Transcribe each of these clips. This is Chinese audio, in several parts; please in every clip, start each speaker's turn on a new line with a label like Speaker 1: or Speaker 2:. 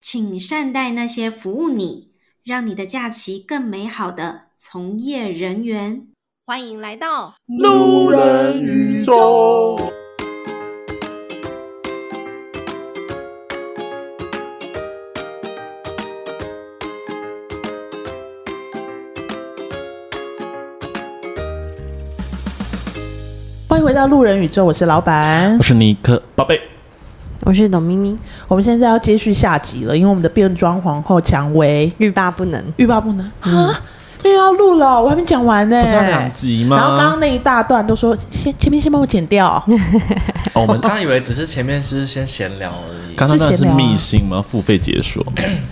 Speaker 1: 请善待那些服务你、让你的假期更美好的从业人员。欢迎来到
Speaker 2: 路人宇宙。
Speaker 3: 欢迎回到路人宇宙，我是老板
Speaker 2: 我。是尼克宝贝，
Speaker 4: 我是董咪咪，
Speaker 3: 我们现在要接续下集了，因为我们的变装皇后蔷薇
Speaker 4: 欲罢不能。
Speaker 3: 欲罢不能啊，没有要录了，我还没讲完呢、
Speaker 2: 不是要两集吗？
Speaker 3: 然后刚刚那一大段都说，先前面先帮我剪掉，
Speaker 2: 哦，我们
Speaker 5: 我刚以为只是前面是先闲聊而已，
Speaker 2: 刚刚那个
Speaker 3: 是
Speaker 2: 是
Speaker 3: 闲聊啊
Speaker 2: 密信吗？付费解说，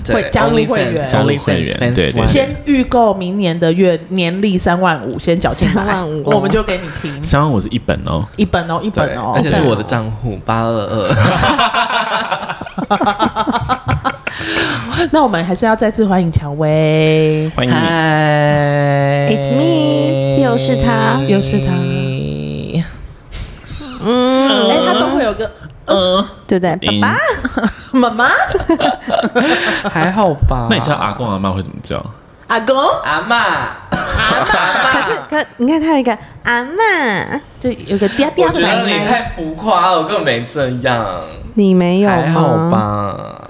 Speaker 3: 会加入会员
Speaker 2: 加入会员对对
Speaker 3: 先预购明年的月年历三万五，先缴进来，
Speaker 4: 三万五哦
Speaker 3: 我们就给你听
Speaker 2: 三万五是一本哦，
Speaker 3: 一本哦，一
Speaker 5: 对
Speaker 3: 本，哦，
Speaker 5: 而且是
Speaker 3: 对
Speaker 5: 我的账户八二二，
Speaker 3: 那我们还是要再次欢迎蔷薇，
Speaker 2: 欢迎你。
Speaker 5: 嗨
Speaker 4: It's me，又是他
Speaker 3: 又是他
Speaker 5: 嗯
Speaker 3: 哎、他都会有个
Speaker 4: 对不对？
Speaker 2: 嗯
Speaker 4: 爸爸，
Speaker 3: 妈妈、
Speaker 5: 他，还好吧？
Speaker 2: 那你叫阿公阿妈会怎么叫？
Speaker 3: 阿公，
Speaker 5: 阿妈，
Speaker 4: 可是可你看他有一个阿嬷，
Speaker 3: 就有个嗲
Speaker 5: 我
Speaker 3: 嗲的
Speaker 5: 觉
Speaker 3: 奶
Speaker 5: 得你
Speaker 3: 奶。
Speaker 5: 太浮夸了，我根本没这样，
Speaker 4: 你没有
Speaker 5: 还好
Speaker 4: 吗？
Speaker 5: 吧？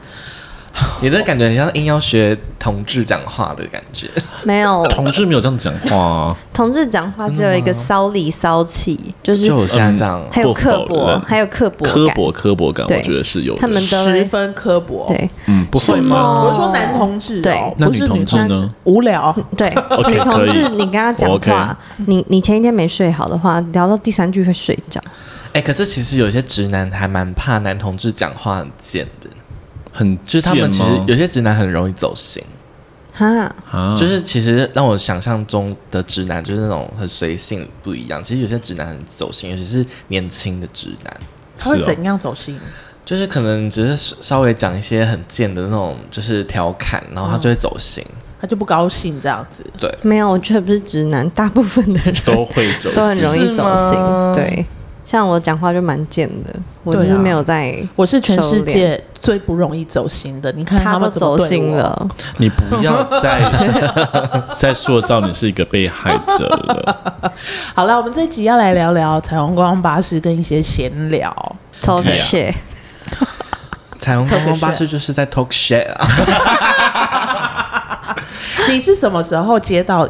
Speaker 5: 你这感觉很像硬要学同志讲话的感觉，
Speaker 4: 没有，
Speaker 2: 同志没有这样讲话啊，
Speaker 4: 同志讲话只有一个骚里骚气，就是
Speaker 5: 就我现在这样，
Speaker 3: 嗯
Speaker 4: 还有
Speaker 2: 嗯不
Speaker 4: 刻
Speaker 2: 否
Speaker 4: 薄
Speaker 2: 认，
Speaker 4: 还有刻薄，
Speaker 2: 刻薄。刻薄感，
Speaker 4: 对
Speaker 2: 我觉得是有的。
Speaker 4: 他们都
Speaker 3: 十
Speaker 4: 会
Speaker 3: 分刻薄。
Speaker 4: 对
Speaker 2: 嗯，不会吗？
Speaker 3: 我是说男同志、哦，
Speaker 4: 对
Speaker 2: 那
Speaker 3: 不是
Speaker 2: 女同志哦呢？
Speaker 3: 无聊，
Speaker 4: 对，
Speaker 2: OK，
Speaker 4: 女同
Speaker 2: 可以
Speaker 4: 志，你跟她讲
Speaker 2: 我 OK
Speaker 4: 话，你你前一天没睡好的话，聊到第三句会睡着。
Speaker 5: 哎，可是其实有些直男还蛮怕男同志讲话很贱的，
Speaker 2: 很
Speaker 5: 就是他们其
Speaker 2: 贱
Speaker 5: 实
Speaker 2: 吗
Speaker 5: 有些直男很容易走心。
Speaker 4: 哈，
Speaker 2: 啊，
Speaker 5: 就是其实让我想象中的直男就是那种很随性不一样。其实有些直男很走心，尤其是年轻的直男，
Speaker 3: 他会
Speaker 2: 是哦
Speaker 3: 怎样走心？
Speaker 5: 就是可能只是稍微讲一些很贱的那种，就是调侃，然后他就会走心。
Speaker 3: 他就不高兴这样子。
Speaker 5: 对，
Speaker 4: 没有，我觉得不是直男，大部分的人
Speaker 2: 都会走
Speaker 4: 都很
Speaker 2: 心
Speaker 4: 容易走
Speaker 3: 是
Speaker 4: 心
Speaker 3: 吗。
Speaker 4: 对，像我讲话就蛮贱的，我就
Speaker 3: 对啊
Speaker 4: 是没有在，
Speaker 3: 我是全世
Speaker 4: 收敛
Speaker 3: 界最不容易走心的，你看
Speaker 4: 哦他
Speaker 3: 们
Speaker 4: 都
Speaker 3: 怎么
Speaker 4: 走
Speaker 3: 对
Speaker 4: 心
Speaker 3: 我。
Speaker 4: 了。
Speaker 2: 你不要再再塑造你是一个被害者了。
Speaker 3: 好了，我们这一集要来聊聊彩虹观光巴士跟一些闲聊。
Speaker 4: 偷的
Speaker 2: OK 啊
Speaker 4: 血，
Speaker 5: 彩虹观
Speaker 3: Talk
Speaker 5: 光
Speaker 3: shit
Speaker 5: 巴士就是在 talk shit 啊，
Speaker 3: 你是什么时候接到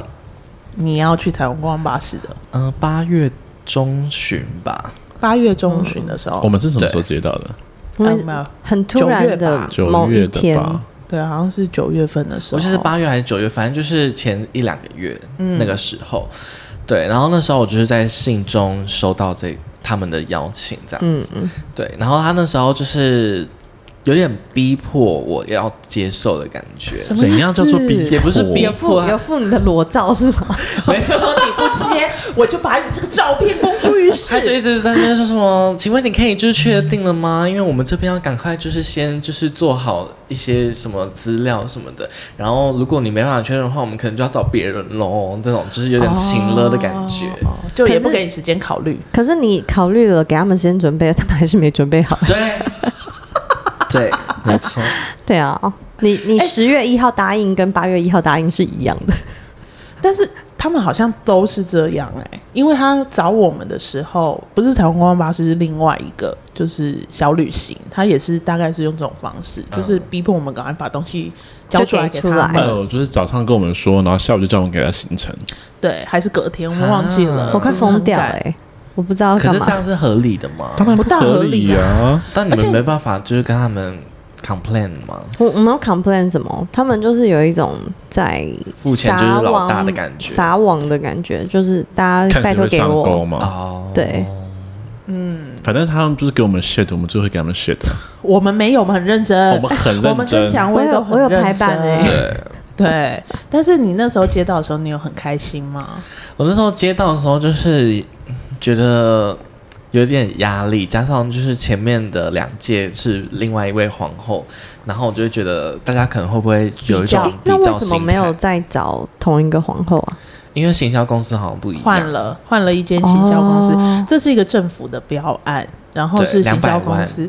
Speaker 3: 你要去彩虹观光巴士的？
Speaker 5: 嗯、八月中旬吧，
Speaker 3: 八月中旬的时候，
Speaker 2: 嗯我们是什么时候接到的？
Speaker 4: 我
Speaker 3: 啊
Speaker 4: 们
Speaker 3: 没有
Speaker 4: 很突
Speaker 3: 九月
Speaker 4: 然
Speaker 3: 吧
Speaker 4: 的
Speaker 2: 九
Speaker 4: 某
Speaker 2: 月
Speaker 4: 一
Speaker 2: 的
Speaker 4: 天，
Speaker 2: 吧？
Speaker 3: 对，好像是九月份的时
Speaker 5: 我
Speaker 3: 候，
Speaker 5: 记得是八月还是九月，反正就是前一两个月、那个时候。对，然后那时候我就是在信中收到这他们的邀请，这样子。
Speaker 4: 嗯嗯，
Speaker 5: 对，然后他那时候就是有点逼迫我要接受的感觉，
Speaker 3: 什么
Speaker 2: 怎样叫做逼迫？
Speaker 5: 也不是逼
Speaker 4: 有附有附你的裸照是吗？
Speaker 3: 没有 你不接，我就把你这个照片公诸于世。
Speaker 5: 他就一直在那边说什么？请问你可以就是确定了吗？因为我们这边要赶快就是先就是做好一些什么资料什么的，然后如果你没办法确认的话，我们可能就要找别人喽。这种就是有点情了的感觉。
Speaker 3: 哦，就也不
Speaker 4: 可是
Speaker 3: 给你时间考虑。
Speaker 4: 可是你考虑了，给他们时间准备，他们还是没准备好。
Speaker 5: 对，对，没错。
Speaker 4: 对啊，你你十月一号答应跟八月一号答应是一样的，
Speaker 3: 但是他们好像都是这样哎、因为他找我们的时候，不是彩虹观光巴士，是另外一个就是小旅行，他也是大概是用这种方式，就是逼迫我们赶快把东西交出来
Speaker 4: 就
Speaker 3: 给
Speaker 4: 给
Speaker 3: 他
Speaker 4: 出来
Speaker 3: 们。
Speaker 2: 呃，就是早上跟我们说，然后下午就叫我们给他行程。
Speaker 3: 对，还是隔天，我们忘记了，
Speaker 4: 我快疯掉
Speaker 3: 了。
Speaker 4: 哎、我不知道要
Speaker 5: 可
Speaker 4: 干
Speaker 5: 是这
Speaker 4: 嘛。
Speaker 5: 样是合理的吗？
Speaker 2: 然
Speaker 3: 不大合理
Speaker 2: 啊！
Speaker 5: 但你们没办法就是跟他们 complain 吗？
Speaker 4: 我我们要 complain 什么？他们就是有一种在
Speaker 5: 付钱就是老大的感觉
Speaker 4: 撒网的感觉，就是大家
Speaker 2: 看
Speaker 4: 拜
Speaker 2: 谁
Speaker 4: 托
Speaker 2: 会
Speaker 4: 给
Speaker 2: 上钩
Speaker 4: 我，
Speaker 2: 嘛。
Speaker 5: 哦，
Speaker 4: 对，
Speaker 2: 反正他们就是给我们 shit，我们就会给他们 shit 啊。
Speaker 3: 我们没有，我们很认真，
Speaker 2: 我们很认真
Speaker 3: 我们跟蔷
Speaker 4: 我
Speaker 3: 薇
Speaker 4: 有
Speaker 3: 哦都
Speaker 4: 我
Speaker 3: 很
Speaker 4: 有
Speaker 3: 认真。
Speaker 4: 排版哎、
Speaker 3: 对，但是你那时候接到的时候，你有很开心吗？
Speaker 5: 我那时候接到的时候，就是嗯觉得有点压力，加上就是前面的两届是另外一位皇后，然后我就会觉得大家可能会不会有一种
Speaker 4: 诶
Speaker 5: 比
Speaker 4: 那为
Speaker 5: 较
Speaker 4: 什
Speaker 5: 心
Speaker 4: 么
Speaker 5: 态？
Speaker 4: 没有再找同一个皇后啊？
Speaker 5: 因为行销公司好像不一样，
Speaker 3: 换了换了一间行销公司，
Speaker 4: 哦
Speaker 3: 这是一个政府的标案，然后是
Speaker 5: 对
Speaker 3: 行销
Speaker 5: 200万
Speaker 3: 公司，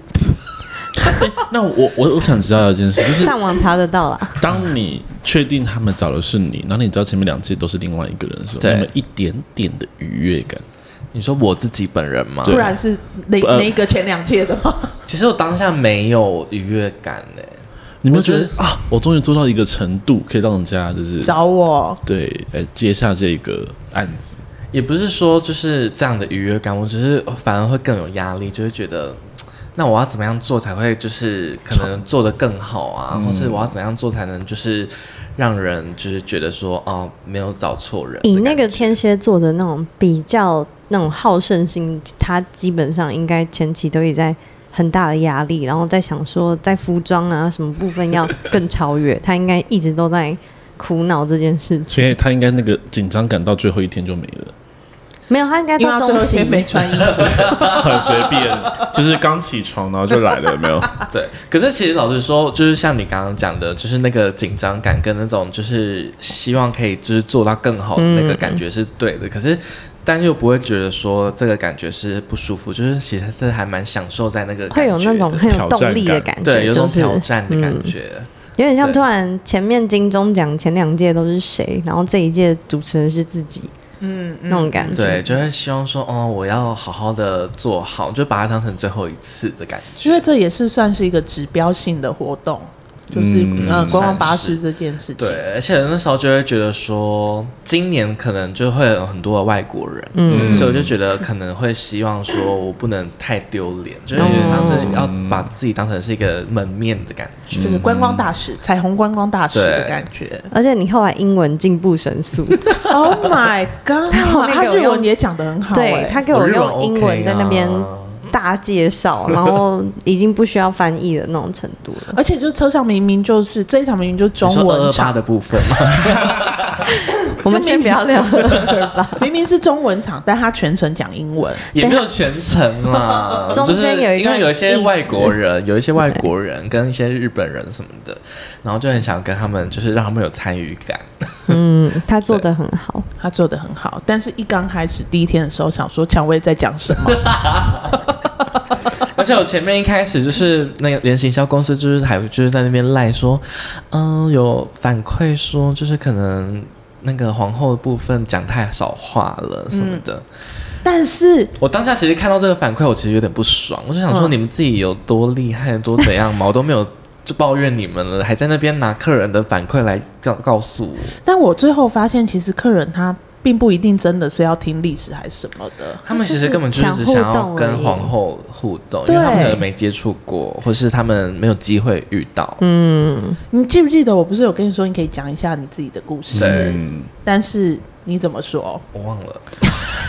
Speaker 2: 那我我我想知道一件事，就是
Speaker 4: 上网查得到啦。
Speaker 2: 当你确定他们找的是你，然后你知道前面两季都是另外一个人的时候，
Speaker 5: 对
Speaker 2: 你们一点点的愉悦感，
Speaker 5: 你说我自己本人吗？
Speaker 2: 对
Speaker 3: 不然是哪
Speaker 2: 呃
Speaker 3: 哪一个前两届的吗？
Speaker 5: 其实我当下没有愉悦感欸呢、
Speaker 2: 你们
Speaker 5: 我觉
Speaker 2: 觉
Speaker 5: 得
Speaker 2: 得啊，我终于做到一个程度，可以让人家就是
Speaker 3: 找我，
Speaker 2: 对，呃，接下这个案子。
Speaker 5: 也不是说就是这样的愉悦感，我只是反而会更有压力，就会觉得。那我要怎么样做才会就是可能做得更好啊，或是我要怎样做才能就是让人就是觉得说哦没有找错人的感
Speaker 4: 以
Speaker 5: 觉？
Speaker 4: 那个天蝎座的那种比较那种好胜心，他基本上应该前期都已在很大的压力，然后在想说在服装啊什么部分要更超越，他应该一直都在苦恼这件事
Speaker 2: 所以
Speaker 4: 情。
Speaker 2: 他应该那个紧张感到最后一天就没了，
Speaker 4: 没有，他应该
Speaker 3: 因为他
Speaker 4: 到
Speaker 3: 最后
Speaker 4: 中
Speaker 3: 一
Speaker 4: 期
Speaker 3: 天 没穿衣服，
Speaker 2: 很随便，就是刚起床然后就来了，有没有？
Speaker 5: 对，可是其实老实说，就是像你刚刚讲的，就是那个紧张感跟那种就是希望可以就是做到更好的那个感觉是对
Speaker 4: 嗯
Speaker 5: 的，可是但又不会觉得说这个感觉是不舒服，就是其实是还蛮享受在那个
Speaker 4: 会有
Speaker 5: 感觉
Speaker 4: 那种
Speaker 5: 的
Speaker 4: 很有
Speaker 2: 挑
Speaker 4: 动
Speaker 2: 战
Speaker 4: 力的
Speaker 2: 感
Speaker 4: 感觉，
Speaker 5: 对有种
Speaker 4: 就是
Speaker 5: 挑战的感
Speaker 4: 嗯
Speaker 5: 觉。
Speaker 4: 有点像
Speaker 5: 对
Speaker 4: 突然前面金钟奖前两届都是谁，然后这一届主持人是自己
Speaker 3: 嗯，嗯
Speaker 4: 那种感觉。
Speaker 5: 对，就会希望说，哦，我要好好的做好，就把它当成最后一次的感觉。
Speaker 3: 因为这也是算是一个指标性的活动，就是、
Speaker 2: 嗯
Speaker 3: 呃观光巴
Speaker 5: 算是
Speaker 3: 士这件事情。
Speaker 5: 对，而且那时候就会觉得说，今年可能就会有很多的外国人，
Speaker 4: 嗯
Speaker 5: 所以我就觉得可能会希望说我不能太丢脸，就是有点当成要把自己当成是一个门面的感觉。
Speaker 3: 就是观光大使，彩虹观光大使的
Speaker 5: 嗯对
Speaker 3: 感觉。
Speaker 4: 而且你后来英文进步神速，
Speaker 3: Oh my god！
Speaker 4: 他后面
Speaker 3: 他
Speaker 4: 给我
Speaker 3: 日文
Speaker 4: 用
Speaker 3: 也讲得很好、欸，
Speaker 4: 对他给我
Speaker 5: 日文
Speaker 4: 用英
Speaker 5: OK
Speaker 4: 文在那边
Speaker 5: 啊
Speaker 4: 大介绍，然后已经不需要翻译的那种程度 了。
Speaker 3: 而且就车上明明就是这一场明明就是中
Speaker 5: 你说
Speaker 3: 文
Speaker 5: 228
Speaker 3: 场，
Speaker 5: 的部分嘛，
Speaker 4: 我们先不要聊了吧。
Speaker 3: 明明是中文场，但他全程讲英文。
Speaker 5: 也没有全程
Speaker 4: ，
Speaker 5: 啦
Speaker 4: 中间
Speaker 5: 就是
Speaker 4: 有一段
Speaker 5: 因为有一些
Speaker 4: 意思
Speaker 5: 外国人，有一些外国人跟一些日本人什么的，然后就很想跟他们，就是让他们有参与感。
Speaker 4: 嗯，他做的很好，
Speaker 3: 他做的很好，但是一刚开始第一天的时候，想说蔷薇在讲什 么？
Speaker 5: 而且我前面一开始就是那个联行销公司，就是还就是在那边赖说，嗯，有反馈说就是可能那个皇后的部分讲太少话了什么的。
Speaker 3: 但是
Speaker 5: 我当下其实看到这个反馈，我其实有点不爽，我就想说
Speaker 3: 嗯
Speaker 5: 你们自己有多厉害，多怎样嘛，我都没有就抱怨你们了，还在那边拿客人的反馈来告告诉我。
Speaker 3: 但我最后发现，其实客人他并不一定真的是要听历史还是什么的，
Speaker 5: 他们其实根本就是只想要跟皇后互动，因
Speaker 3: 对
Speaker 5: 为他们可能没接触过，或是他们没有机会遇到。
Speaker 4: 嗯，
Speaker 3: 你记不记得我不是有跟你说，你可以讲一下你自己的故事？
Speaker 5: 对
Speaker 2: 嗯，
Speaker 3: 但是你怎么说？
Speaker 5: 我忘了，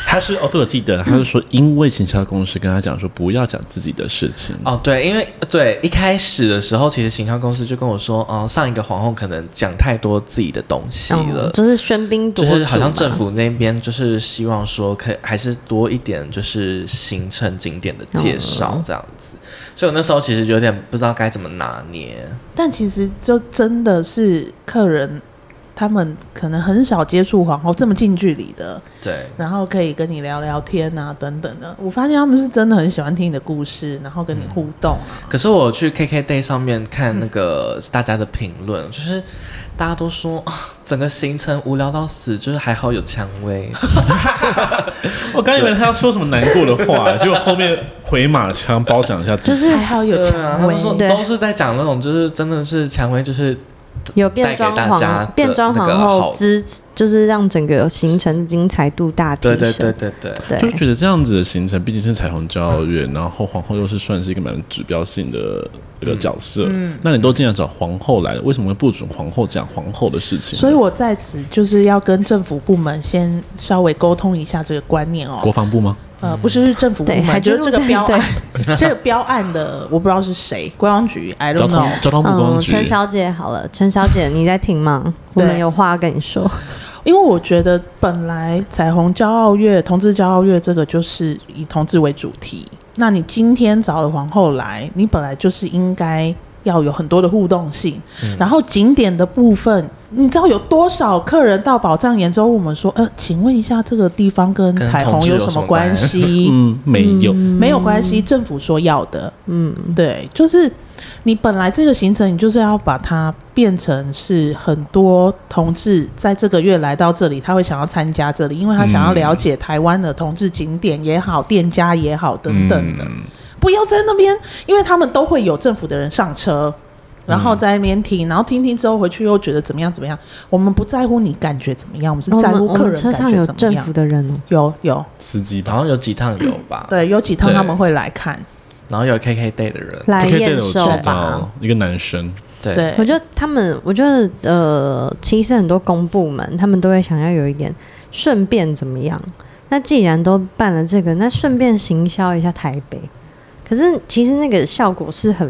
Speaker 2: 他是哦，对，我记得，他是说，因为行销公司跟他讲说，不要讲自己的事情，
Speaker 5: 哦，对，因为对一开始的时候，其实行销公司就跟我说，哦，上一个皇后可能讲太多自己的东西了，
Speaker 3: 哦
Speaker 4: 嗯就是喧宾
Speaker 5: 就
Speaker 4: 夺主嘛，
Speaker 5: 是好像政府那边就是希望说，可以还是多一点就是行程景点的介
Speaker 4: 嗯
Speaker 5: 绍这样子，所以我那时候其实有点不知道该怎么拿捏。
Speaker 3: 但其实就真的是客人，他们可能很少接触皇后这么近距离的，
Speaker 5: 对，
Speaker 3: 然后可以跟你聊聊天啊，等等的。我发现他们是真的很喜欢听你的故事，然后跟你互动
Speaker 4: 嗯
Speaker 3: 啊。
Speaker 5: 可是我去 KK Day 上面看那个大家的评论，就是大家都说啊，整个行程无聊到死，就是还好有蔷薇。
Speaker 2: 我刚以为他要说什么难过的话，结果后面回马枪褒奖一下自
Speaker 4: 就
Speaker 2: 己。
Speaker 4: 是
Speaker 3: 还好有
Speaker 5: 对啊，他
Speaker 3: 蔷
Speaker 5: 们
Speaker 3: 薇，
Speaker 5: 说
Speaker 4: 对
Speaker 5: 都是在讲那种，就是真的是蔷薇，就是
Speaker 4: 有变装
Speaker 5: 带给大家的
Speaker 4: 皇变装皇
Speaker 5: 那个
Speaker 4: 后
Speaker 5: 好
Speaker 4: 之，就是让整个行程精彩度大提
Speaker 5: 对
Speaker 4: 升。
Speaker 5: 对对对对。
Speaker 2: 就
Speaker 4: 对
Speaker 2: 觉得这样子的行程，毕竟是彩虹骄傲月，然后皇后又是算是一个蛮指标性的一个角色。那你都竟然找皇后来了，为什么会不准皇后讲皇后的事情呢？
Speaker 3: 所以我在此就是要跟政府部门先稍微沟通一下这个观念哦。
Speaker 2: 国防部吗？
Speaker 3: 呃，不是是政府部
Speaker 4: 对海
Speaker 3: 门，
Speaker 4: 军
Speaker 3: 就是这个
Speaker 4: 陆战
Speaker 3: 标案， 这个标案的我不知道是谁，观光局，I
Speaker 2: 交
Speaker 3: don't
Speaker 2: 通
Speaker 3: know。
Speaker 2: 交通部公安
Speaker 4: 嗯，
Speaker 2: 局。
Speaker 4: 陈小姐好了，陈小姐你在听吗？我
Speaker 3: 对
Speaker 4: 们有话要跟你说。
Speaker 3: 因为我觉得本来彩虹骄傲月、同志骄傲月这个就是以同志为主题，那你今天找了皇后来，你本来就是应该要有很多的互动性，然后景点的部分。你知道有多少客人到宝藏岩之后问我们说：“呃，请问一下，这个地方跟
Speaker 5: 跟
Speaker 3: 彩
Speaker 5: 同
Speaker 3: 虹
Speaker 5: 志有
Speaker 3: 什
Speaker 5: 什么
Speaker 3: 关
Speaker 5: 关
Speaker 3: 系？”
Speaker 2: 嗯，没有。
Speaker 3: 没有关系，政府说要的，嗯，对，就是你本来这个行程，你就是要把它变成是很多同志在这个月来到这里，他会想要参加这里，因为他想要了解台湾的同志景点也好、店家也好等等的。
Speaker 2: 嗯
Speaker 3: 不要在那边，因为他们都会有政府的人上车，
Speaker 4: 嗯
Speaker 3: 然后在那边听，然后听听之后回去又觉得怎么样怎么样。我们不在乎你感觉怎么样，我们是
Speaker 4: 然 后
Speaker 3: 在
Speaker 4: 哦我们
Speaker 3: 乎
Speaker 4: 我
Speaker 3: 客
Speaker 4: 们
Speaker 3: 人
Speaker 4: 车
Speaker 3: 感
Speaker 4: 上
Speaker 3: 觉
Speaker 4: 有
Speaker 3: 怎么
Speaker 4: 政
Speaker 3: 样
Speaker 4: 府。的人哦，
Speaker 3: 有有，
Speaker 2: 司机吧
Speaker 5: 好，像有几趟有吧，
Speaker 3: 对，有几趟
Speaker 5: 对
Speaker 3: 他们会来看，
Speaker 5: 然后有 KK day 的人，
Speaker 4: 来
Speaker 2: 就可以带
Speaker 4: 验
Speaker 2: 我
Speaker 4: 收
Speaker 2: 知
Speaker 4: 吧。
Speaker 2: 道一个男生，
Speaker 5: 对，
Speaker 3: 对，
Speaker 4: 我觉得他们，我觉得呃，其实很多公部门他们都会想要有一点顺便怎么样。那既然都办了这个，那顺便行销一下台北。可是其实那个效果是很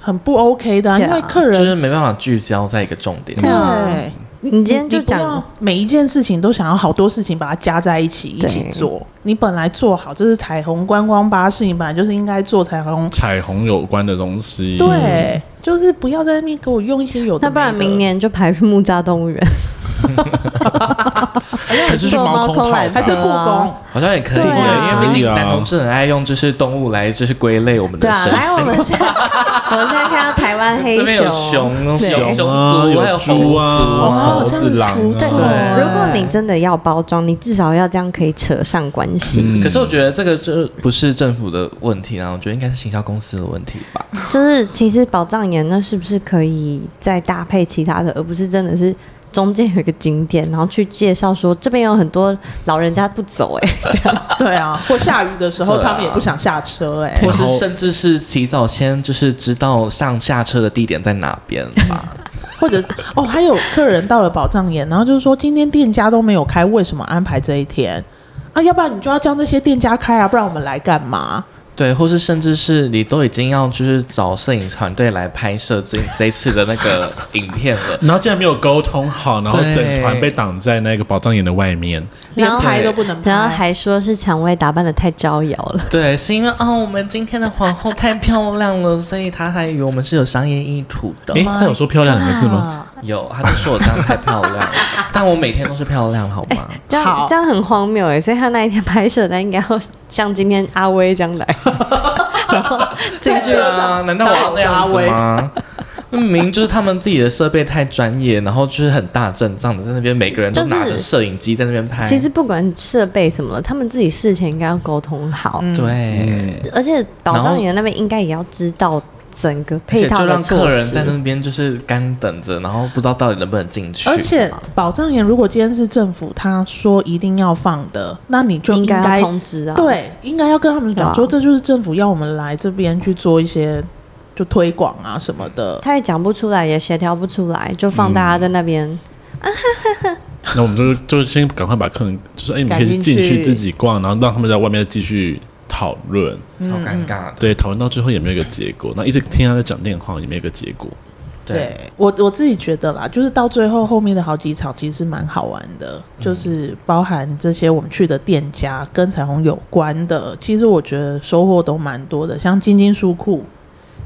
Speaker 3: 很不 OK 的啊、
Speaker 4: 对
Speaker 3: 因
Speaker 4: 啊
Speaker 3: 为客
Speaker 5: 就
Speaker 3: 人
Speaker 5: 是没办法聚焦在一个重点
Speaker 4: 对
Speaker 5: 上。
Speaker 4: 啊
Speaker 3: 对。
Speaker 4: 你今天就
Speaker 3: 你不
Speaker 4: 讲
Speaker 3: 要每一件事情都想要好多事情把它加在一起一
Speaker 4: 对
Speaker 3: 起做。你本来做好，这是彩虹观光巴士，你本来就是应该做彩虹。
Speaker 4: 嗯
Speaker 2: 彩虹有关的东西，
Speaker 3: 对，就是不要在那边给我用一些有的
Speaker 4: 那不然
Speaker 3: 没的
Speaker 4: 明年就排去木栅动物园，
Speaker 2: 还是去
Speaker 4: 坐猫
Speaker 2: 猫
Speaker 4: 空
Speaker 2: 空
Speaker 4: 缆
Speaker 2: 跑
Speaker 4: 车
Speaker 3: 还是故宫
Speaker 4: 啊，
Speaker 5: 好像也可
Speaker 4: 对
Speaker 5: 以
Speaker 4: 啊
Speaker 5: 耶，因为毕竟
Speaker 2: 可以啊
Speaker 5: 男同志很爱用就是动物来就是归类我们
Speaker 4: 对
Speaker 5: 的
Speaker 4: 啊。
Speaker 5: 身
Speaker 4: 来，我
Speaker 5: 心。
Speaker 4: 们现在我们现在看到台湾黑
Speaker 5: 这边有
Speaker 4: 熊。
Speaker 5: 熊、
Speaker 4: 对
Speaker 5: 熊、
Speaker 2: 熊啊，
Speaker 5: 族，还
Speaker 2: 有
Speaker 5: 有
Speaker 2: 猪啊，
Speaker 5: 猴
Speaker 2: 猴
Speaker 5: 族
Speaker 2: 子、狼
Speaker 3: 好像是猴
Speaker 4: 对
Speaker 2: 啊
Speaker 3: 子，对
Speaker 4: 如果你真的要包装，你至少要这样可以扯上关
Speaker 2: 嗯
Speaker 4: 系。
Speaker 5: 可是我觉得这个就不是政府的问题啊，我觉得应该是行销公司的问题吧。
Speaker 4: 就是其实宝藏岩呢，是不是可以再搭配其他的，而不是真的是中间有一个景点，然后去介绍说这边有很多老人家不走、欸，
Speaker 3: 对啊，或下雨的时候
Speaker 5: 对啊
Speaker 3: 他们也不想下车哎、
Speaker 5: 或
Speaker 2: 然
Speaker 5: 是
Speaker 2: 后
Speaker 5: 甚至是提早先就是知道上下车的地点在哪边 吧。
Speaker 3: 或者是哦，还有客人到了宝藏岩，然后就是说今天店家都没有开，为什么安排这一天？啊，要不然你就要叫那些店家开啊，不然我们来干嘛？
Speaker 5: 对，或是甚至是你都已经要就是找摄影团队来拍摄这这一次的那个影片了，
Speaker 2: 然后竟然没有沟通好，然后
Speaker 5: 对
Speaker 2: 整团被挡在那个宝藏岩的外面，
Speaker 3: 连
Speaker 4: 然后
Speaker 3: 拍都不能拍，
Speaker 4: 然后还说是蔷薇打扮的太招摇了。
Speaker 5: 对，是因为啊、我们今天的皇后太漂亮了，所以她还以为我们是有商业意图的。
Speaker 2: 诶，他有说漂亮两个字吗？
Speaker 3: 啊？
Speaker 5: 有，她就说我这样太漂亮了，但我每天都是漂亮，好吗？
Speaker 4: 这样
Speaker 3: 好
Speaker 4: 这样很荒谬哎、所以他那一天拍摄，他应该要像今天阿威这样来，然后进去
Speaker 5: 对啊，难道我要那样子吗？那明明就是他们自己的设备太专业，然后就是很大阵仗的在那边，每个人都
Speaker 4: 就是
Speaker 5: 拿着摄影机在那边拍。
Speaker 4: 其实不管设备什么了，他们自己事前应该要沟通好，
Speaker 5: 嗯对，
Speaker 4: 而且宝
Speaker 5: 然后
Speaker 4: 藏岩那边应该也要知道整个
Speaker 5: 而且
Speaker 4: 配套
Speaker 5: 就
Speaker 4: 的
Speaker 5: 让
Speaker 4: 措
Speaker 5: 客人
Speaker 4: 施
Speaker 5: 在。那边就是干等着，然后不知道到底能不能进去。
Speaker 3: 而且宝藏岩如果今天是政府他说一定要放的，那你就
Speaker 4: 应
Speaker 3: 应
Speaker 4: 该
Speaker 3: 该
Speaker 4: 要通知啊，
Speaker 3: 对，应该要跟他们
Speaker 4: 对啊
Speaker 3: 讲说，这就是政府要我们来这边去做一些就推广啊什么的。
Speaker 4: 他也讲不出来，也协调不出来，就放大家在那边。
Speaker 5: 嗯
Speaker 4: 啊
Speaker 2: 那我们就就先赶快把客人，就是哎，你们可以
Speaker 3: 赶
Speaker 2: 进
Speaker 3: 进去
Speaker 2: 去自己逛，然后让他们在外面继续讨论。
Speaker 5: 超尴尬的。
Speaker 2: 对，讨论到最后也没有一个结果，那一直听他在讲电话也没有一个结果。
Speaker 4: 嗯
Speaker 5: 对，
Speaker 3: 我我自己觉得啦，就是到最后后面的好几场其实蛮好玩的，
Speaker 4: 嗯
Speaker 3: 就是包含这些我们去的店家跟彩虹有关的，其实我觉得收获都蛮多的。像金金书库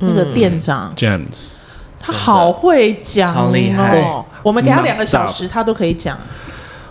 Speaker 4: 嗯
Speaker 3: 那个店长，
Speaker 2: James，
Speaker 3: 他好会讲
Speaker 5: 超厉害
Speaker 3: 哦，我们给他两个
Speaker 2: Non-stop
Speaker 3: 小时，他都可以讲。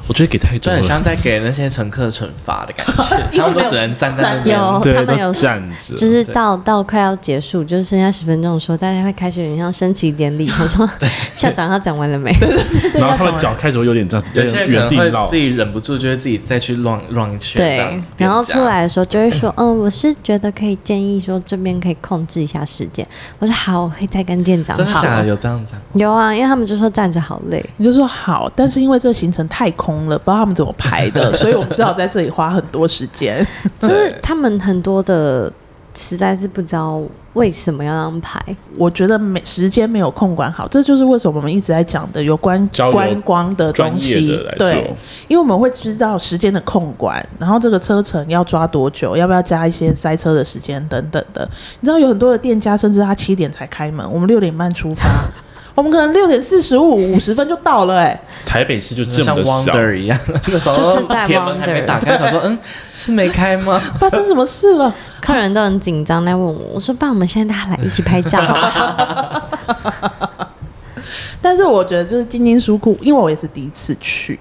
Speaker 2: 我觉得给太
Speaker 5: 就
Speaker 2: 多
Speaker 5: 很
Speaker 2: 了，
Speaker 5: 像在给那些乘客惩罚的感 觉，
Speaker 3: 因
Speaker 5: 他
Speaker 3: 为没
Speaker 5: 们都
Speaker 3: 有
Speaker 5: 只能站在那
Speaker 3: 站
Speaker 5: 边。
Speaker 4: 有
Speaker 2: 对，
Speaker 4: 哦他们
Speaker 2: 都
Speaker 4: 有
Speaker 2: 站着，
Speaker 4: 就是到到快要结束，就是剩下十分钟的时候，大家会开始有点像升旗典礼。我 说校长他讲完了没？
Speaker 3: 对
Speaker 2: 然后
Speaker 3: 他
Speaker 2: 他
Speaker 3: 讲
Speaker 2: 们脚
Speaker 3: 完
Speaker 2: 开始会有点这样子，在
Speaker 5: 有些人
Speaker 2: 原
Speaker 5: 可
Speaker 2: 地
Speaker 5: 能
Speaker 2: 绕
Speaker 5: 会自。己忍不住，就会自己再去乱乱一圈这样
Speaker 4: 对
Speaker 5: 子，
Speaker 4: 然后
Speaker 5: 店
Speaker 4: 出
Speaker 5: 家
Speaker 4: 来的时候就会说，嗯，我是觉得可以建议说这边可以控制一下时间。我说好，我会再跟店长
Speaker 5: 真的
Speaker 4: 好
Speaker 5: 假的
Speaker 4: 了。
Speaker 5: 有这样讲？
Speaker 4: 有啊，因为他们就说站着好累，
Speaker 3: 你就说好，但是因为这个行程太空了，不知道他们怎么排 的，所以我们只好在这里花很多时间。
Speaker 4: 就是他们很多的实在是不知道为什么要那样排。
Speaker 3: 我觉得没时间没有控管好，这就是为什么我们一直在讲的有关
Speaker 2: 交流
Speaker 3: 观光的
Speaker 2: 专
Speaker 3: 东
Speaker 2: 业
Speaker 3: 西
Speaker 2: 的来。
Speaker 3: 对
Speaker 2: 做，，
Speaker 3: 因为我们会知道时间的控管，然后这个车程要抓多久，要不要加一些塞车的时间等等的。你知道有很多的店家，甚至他七点才开门，我们六点半出 发，我们可能六点四十五、五十分就到了、哎，
Speaker 2: 台北市就这
Speaker 5: 像
Speaker 2: 么的小，
Speaker 5: Wonder 一样，那时
Speaker 4: 就
Speaker 5: 候
Speaker 4: 是在
Speaker 5: 铁门还没
Speaker 4: Wonder
Speaker 5: 打开，想说嗯是没开 吗？
Speaker 3: 发生什么事了？
Speaker 4: 客人都很紧张，来问我，我说：“爸，我们现在大家来一起拍照好不好
Speaker 3: 但是我觉得就是金金书库，因为我也是第一次去，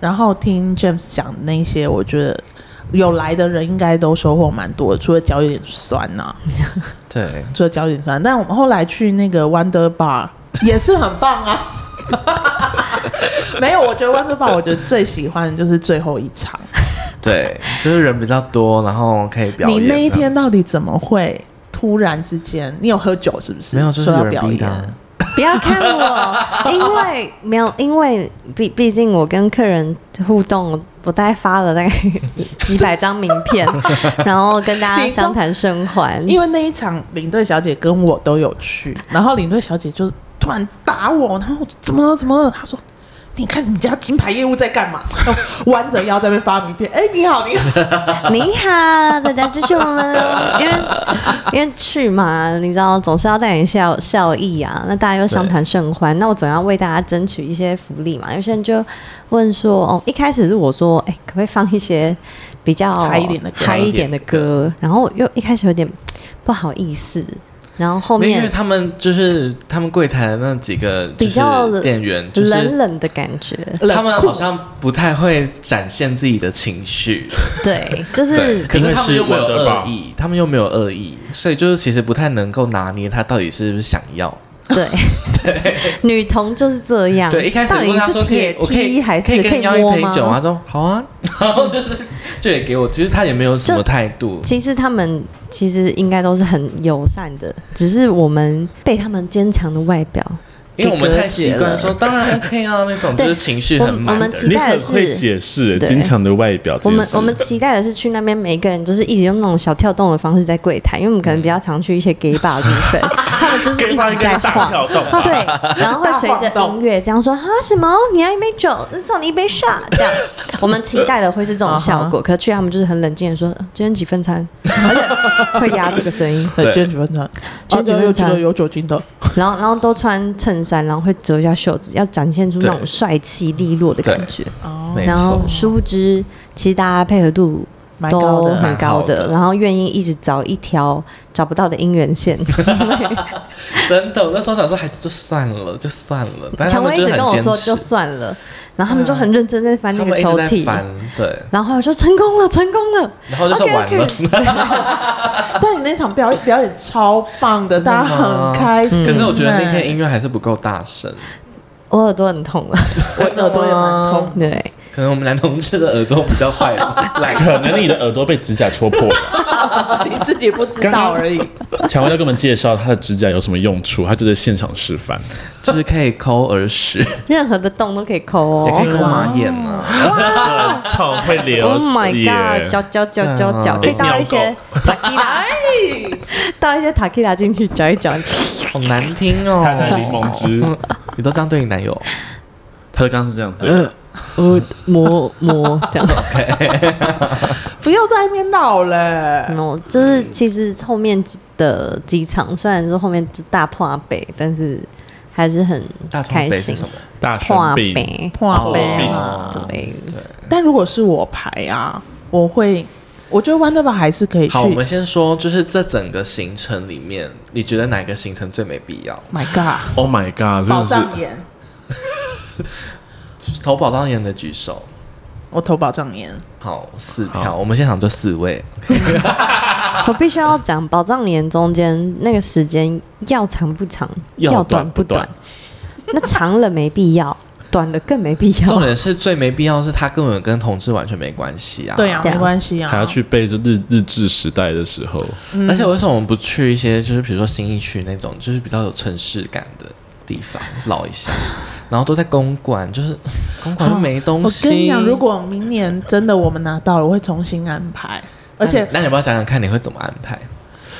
Speaker 3: 然后听 James 讲那些， 我觉得有来的人应该都收获蛮多的，除了脚有点酸呐、啊
Speaker 5: 对，
Speaker 3: 除了焦点酸，但我们后来去那个 Wonder Bar 也是很棒啊。 没有，我觉得 Wonder Bar 我觉得最喜欢的就是最后一场。
Speaker 5: 对，就是人比较多，然后可以表演。
Speaker 3: 你那一天到
Speaker 5: 底
Speaker 3: 底怎么会突然之间？你有喝酒是不是？
Speaker 5: 没有？就是
Speaker 3: 说
Speaker 5: 有
Speaker 3: 到
Speaker 5: 人
Speaker 3: 表
Speaker 5: 逼
Speaker 3: 演
Speaker 5: 的啊，
Speaker 4: 不要看我，因为没有，因为毕毕竟我跟客人互动，我大概发了大概几百张名片，然后跟大家相谈甚欢。
Speaker 3: 因为那一场领队小姐跟我都有去，然后领队小姐就突然打我，然后我就怎么了怎么了？她说。你看你家金牌业务在干嘛？然后弯着腰在那边发名片。哎、你好，你好。
Speaker 4: 你好，大家支持我们，因为因为去嘛，你知道总是要带点效效益啊，那大家又相谈甚欢，啊那我总要为大家争取一些福利嘛。有些人就问说，哦，一开始是我说，哎、可不可以放一些比较
Speaker 3: 嗨一点的歌
Speaker 4: 嗨一点的歌？然后又一开始有点不好意思，然后后
Speaker 5: 没有因为
Speaker 4: 面
Speaker 5: 他们就是他们柜台的那几个就是
Speaker 4: 比较
Speaker 5: 店员，就是
Speaker 4: 冷冷的感觉，
Speaker 5: 他们好像不太会展现自己的情绪，
Speaker 4: 对，就是
Speaker 5: 可是他们又没有
Speaker 2: 因为是 Wonder
Speaker 5: 恶
Speaker 2: Bar
Speaker 5: 意，他们又没有恶意，所以就是其实不太能够拿捏他到底是不是想要。
Speaker 4: 对女童就是这样。
Speaker 5: 对，一开始
Speaker 4: 到
Speaker 5: 问
Speaker 4: 底
Speaker 5: 他
Speaker 4: 是
Speaker 5: 说可以
Speaker 4: 铁，
Speaker 5: 我可以
Speaker 4: 梯还是
Speaker 5: 可以跟你要一
Speaker 4: 摸
Speaker 5: 杯
Speaker 4: 吗？
Speaker 5: 酒吗？他说好啊，然后就是就也给我，其实他也没有什么
Speaker 4: 就
Speaker 5: 态度，
Speaker 4: 其实他们其实应该都是很友善的，只是我们被他们坚强的外表，
Speaker 5: 因为我们
Speaker 4: 给隔
Speaker 5: 太习
Speaker 4: 绝
Speaker 5: 惯
Speaker 4: 了
Speaker 5: 说当然 OK 啊那种，就
Speaker 4: 对
Speaker 5: 是情绪
Speaker 4: 我
Speaker 5: 很
Speaker 4: 们
Speaker 5: 满
Speaker 4: 我们
Speaker 5: 的
Speaker 4: 其
Speaker 5: 人
Speaker 2: 你
Speaker 4: 实期待
Speaker 2: 很
Speaker 4: 的
Speaker 2: 会
Speaker 4: 是
Speaker 2: 解释
Speaker 4: 对
Speaker 2: 坚强的外表这
Speaker 4: 我
Speaker 2: 件
Speaker 4: 们
Speaker 2: 事，
Speaker 4: 我们期待的是去那边，每一个人就是一直用那种小跳动的方式在柜台，因为我们可能比较常去一些 gay bar 的部分，他们 就是一直在晃，
Speaker 2: 动啊吧
Speaker 4: 对，然后会随着音乐这样说啊什么，你要一杯酒，送你一杯 shot，这样，我们期待的会是这种效果，可是去他们就是很冷静的说，呃今天几分餐，而且会压这个声音，
Speaker 3: 对，今天几分餐？
Speaker 4: 今天几分餐
Speaker 3: 啊对有几个有酒精的。
Speaker 4: 然后然后都穿衬衫，然后会折一下袖子，要展现出那种帅气利落的感觉。
Speaker 3: 哦，
Speaker 5: 没
Speaker 4: 然后
Speaker 5: 错，
Speaker 4: 殊不知，其实大家配合度
Speaker 3: 蛮高
Speaker 4: 都
Speaker 3: 的。
Speaker 4: 很高
Speaker 5: 蛮好的
Speaker 4: 然后愿意一直找一条找不到的姻缘线。
Speaker 5: 真的，我那时候想说还是就算了，就算了， 但是他
Speaker 4: 蔷
Speaker 5: 们
Speaker 4: 薇一
Speaker 5: 就是
Speaker 4: 直跟
Speaker 5: 很
Speaker 4: 我
Speaker 5: 坚
Speaker 4: 说就
Speaker 5: 持，
Speaker 4: 算了，然后他们就很认真在翻
Speaker 5: 他
Speaker 4: 那个
Speaker 5: 们一
Speaker 4: 抽
Speaker 5: 直在
Speaker 4: 屉，
Speaker 5: 翻，对，
Speaker 4: 然后我说成功了，成功了，
Speaker 5: 然后就说完了
Speaker 4: OK，OK。
Speaker 3: 但你那场表演表演超棒的，大家很开心。
Speaker 5: 嗯可是我觉得
Speaker 4: 嗯
Speaker 5: 那
Speaker 3: 哎
Speaker 5: 天音乐还是不够大声，
Speaker 4: 我耳朵很痛 了。
Speaker 3: 我耳朵也蛮痛。
Speaker 4: 对，
Speaker 5: 可能我们男同志的耳朵比较坏吧， 来
Speaker 2: 可能你的耳朵被指甲戳破了。
Speaker 3: 你自己不知道而已。
Speaker 2: 蔷薇要跟我们介绍她的指甲有什么用处，她就在现场示范。
Speaker 5: 就是可以抠耳屎，也
Speaker 4: 任何的洞都可以抠
Speaker 5: 可以
Speaker 4: 哦。
Speaker 5: 抠马眼啊，
Speaker 2: 很痛，会
Speaker 4: Oh my god！嚼嚼嚼嚼
Speaker 5: 对
Speaker 4: 嚼，
Speaker 5: 啊
Speaker 4: 可以倒一些塔 q 拉，倒一些塔 q 拉进去嚼一嚼。
Speaker 5: 好难听哦。
Speaker 2: 她在柠檬汁，
Speaker 5: 你都这样对你男友？
Speaker 2: 她的刚是这样对。
Speaker 4: 呃，磨 磨这样。
Speaker 3: 不要在那边闹了。
Speaker 4: 哦，就是其实后面的几场，虽然说后面就大破北，但是还是很
Speaker 5: 大方
Speaker 4: 开
Speaker 5: 北是
Speaker 4: 心。
Speaker 5: 什么？
Speaker 2: 大
Speaker 4: 破
Speaker 2: 生病，
Speaker 4: 北，
Speaker 3: 破
Speaker 5: 病
Speaker 3: 杯
Speaker 5: 哦
Speaker 3: 啊！
Speaker 4: 对，
Speaker 3: 但如果是我排啊，我会，我觉得 Wonder Bar 还是可以去。
Speaker 5: 好，我们先说，就是这整个行程里面，你觉得哪个行程最没必要？
Speaker 3: My God，
Speaker 2: Oh my god！真
Speaker 3: 宝
Speaker 2: 的是
Speaker 3: 藏岩，
Speaker 5: 投保当然的举手。
Speaker 3: 我投宝藏岩。
Speaker 5: 好，四票，我们现场就四位。
Speaker 4: 我必须要讲，宝藏年中间那个时间要长不长，
Speaker 2: 要
Speaker 4: 要
Speaker 2: 短
Speaker 4: 不
Speaker 2: 不短
Speaker 4: 短，那长了没必要，短了更没必
Speaker 5: 重
Speaker 4: 要。
Speaker 5: 点是最没必要是，他根本跟同志完全没关系啊。
Speaker 3: 对啊，
Speaker 4: 对啊
Speaker 3: 没关系啊。
Speaker 2: 还要去背这日日治时代的时候，
Speaker 4: 嗯
Speaker 5: 而且为什么我们不去一些就是比如说新义区那种就是比较有城市感的地方绕一下，然后都在公馆，就是 公馆又没东
Speaker 3: 我
Speaker 5: 西。
Speaker 3: 跟你讲，如
Speaker 2: 哦
Speaker 3: 果明年真的我们拿到了，我会重新安排。而且
Speaker 5: 那，那你要不要讲讲看你会怎么安排？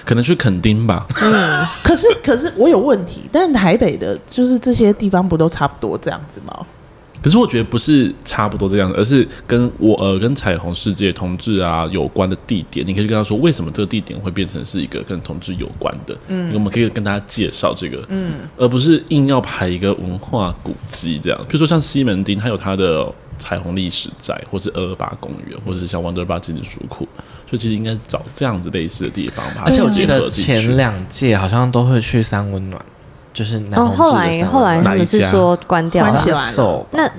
Speaker 2: 可能去垦丁吧。
Speaker 3: 可是，可是我有问题。但台北的，就是这些地方不都差不多这样子吗？
Speaker 2: 可是我觉得不是差不多这样，而是跟我呃跟彩虹世界同志啊有关的地点，你可以跟他说为什么这个地点会变成是一个跟同志有关的，嗯，我们可以跟大家介绍这个，嗯，而不是硬要排一个文化古迹这样，比如说像西门町，它有它的彩虹历史在，或是二二八公园，或者是像 Wonder Bar 纪念书库，所以其实应该找这样子类似的地方吧，
Speaker 5: 而且我记
Speaker 2: 结合
Speaker 5: 得
Speaker 2: 进
Speaker 5: 前
Speaker 2: 去
Speaker 5: 两届好像都会去三温暖，就是男
Speaker 4: 然后
Speaker 5: 同
Speaker 4: 哦后
Speaker 5: 志的
Speaker 4: 来
Speaker 5: 三
Speaker 4: 后来
Speaker 5: 温
Speaker 2: 哪
Speaker 4: 他
Speaker 5: 暖。
Speaker 2: 一
Speaker 4: 们是
Speaker 2: 家嗯
Speaker 4: 说关掉
Speaker 3: 关
Speaker 4: 了
Speaker 3: 起，来了
Speaker 5: 手
Speaker 4: 那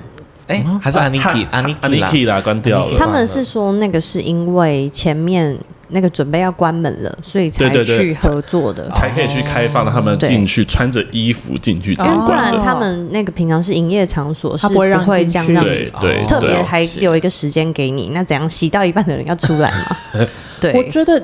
Speaker 5: 哎，
Speaker 2: 啊
Speaker 5: 还是 Aniki
Speaker 2: 安
Speaker 5: Aniki
Speaker 2: 妮
Speaker 5: 啦，
Speaker 2: K 啦，关掉
Speaker 5: 安妮
Speaker 2: 了
Speaker 5: Key。
Speaker 4: 他们是说那个是因为前面那个准备要关门了，所以才
Speaker 2: 对对对
Speaker 4: 去合作的。
Speaker 2: 才可以去开放让他们
Speaker 4: 哦对
Speaker 2: 进去，穿着衣服进去参
Speaker 4: 哦因为不
Speaker 2: 观
Speaker 4: 然
Speaker 2: 的。
Speaker 4: 他们那个平常是营业场所，是
Speaker 3: 哦他不会让
Speaker 4: 会
Speaker 3: 进
Speaker 4: 这样
Speaker 3: 去
Speaker 4: 让
Speaker 2: 对
Speaker 4: 你。
Speaker 2: 对
Speaker 5: 哦
Speaker 4: 特别
Speaker 2: 对，啊
Speaker 4: 还有一个时间给你，那怎样洗到一半的人要出来嘛？ 对，
Speaker 3: 我觉得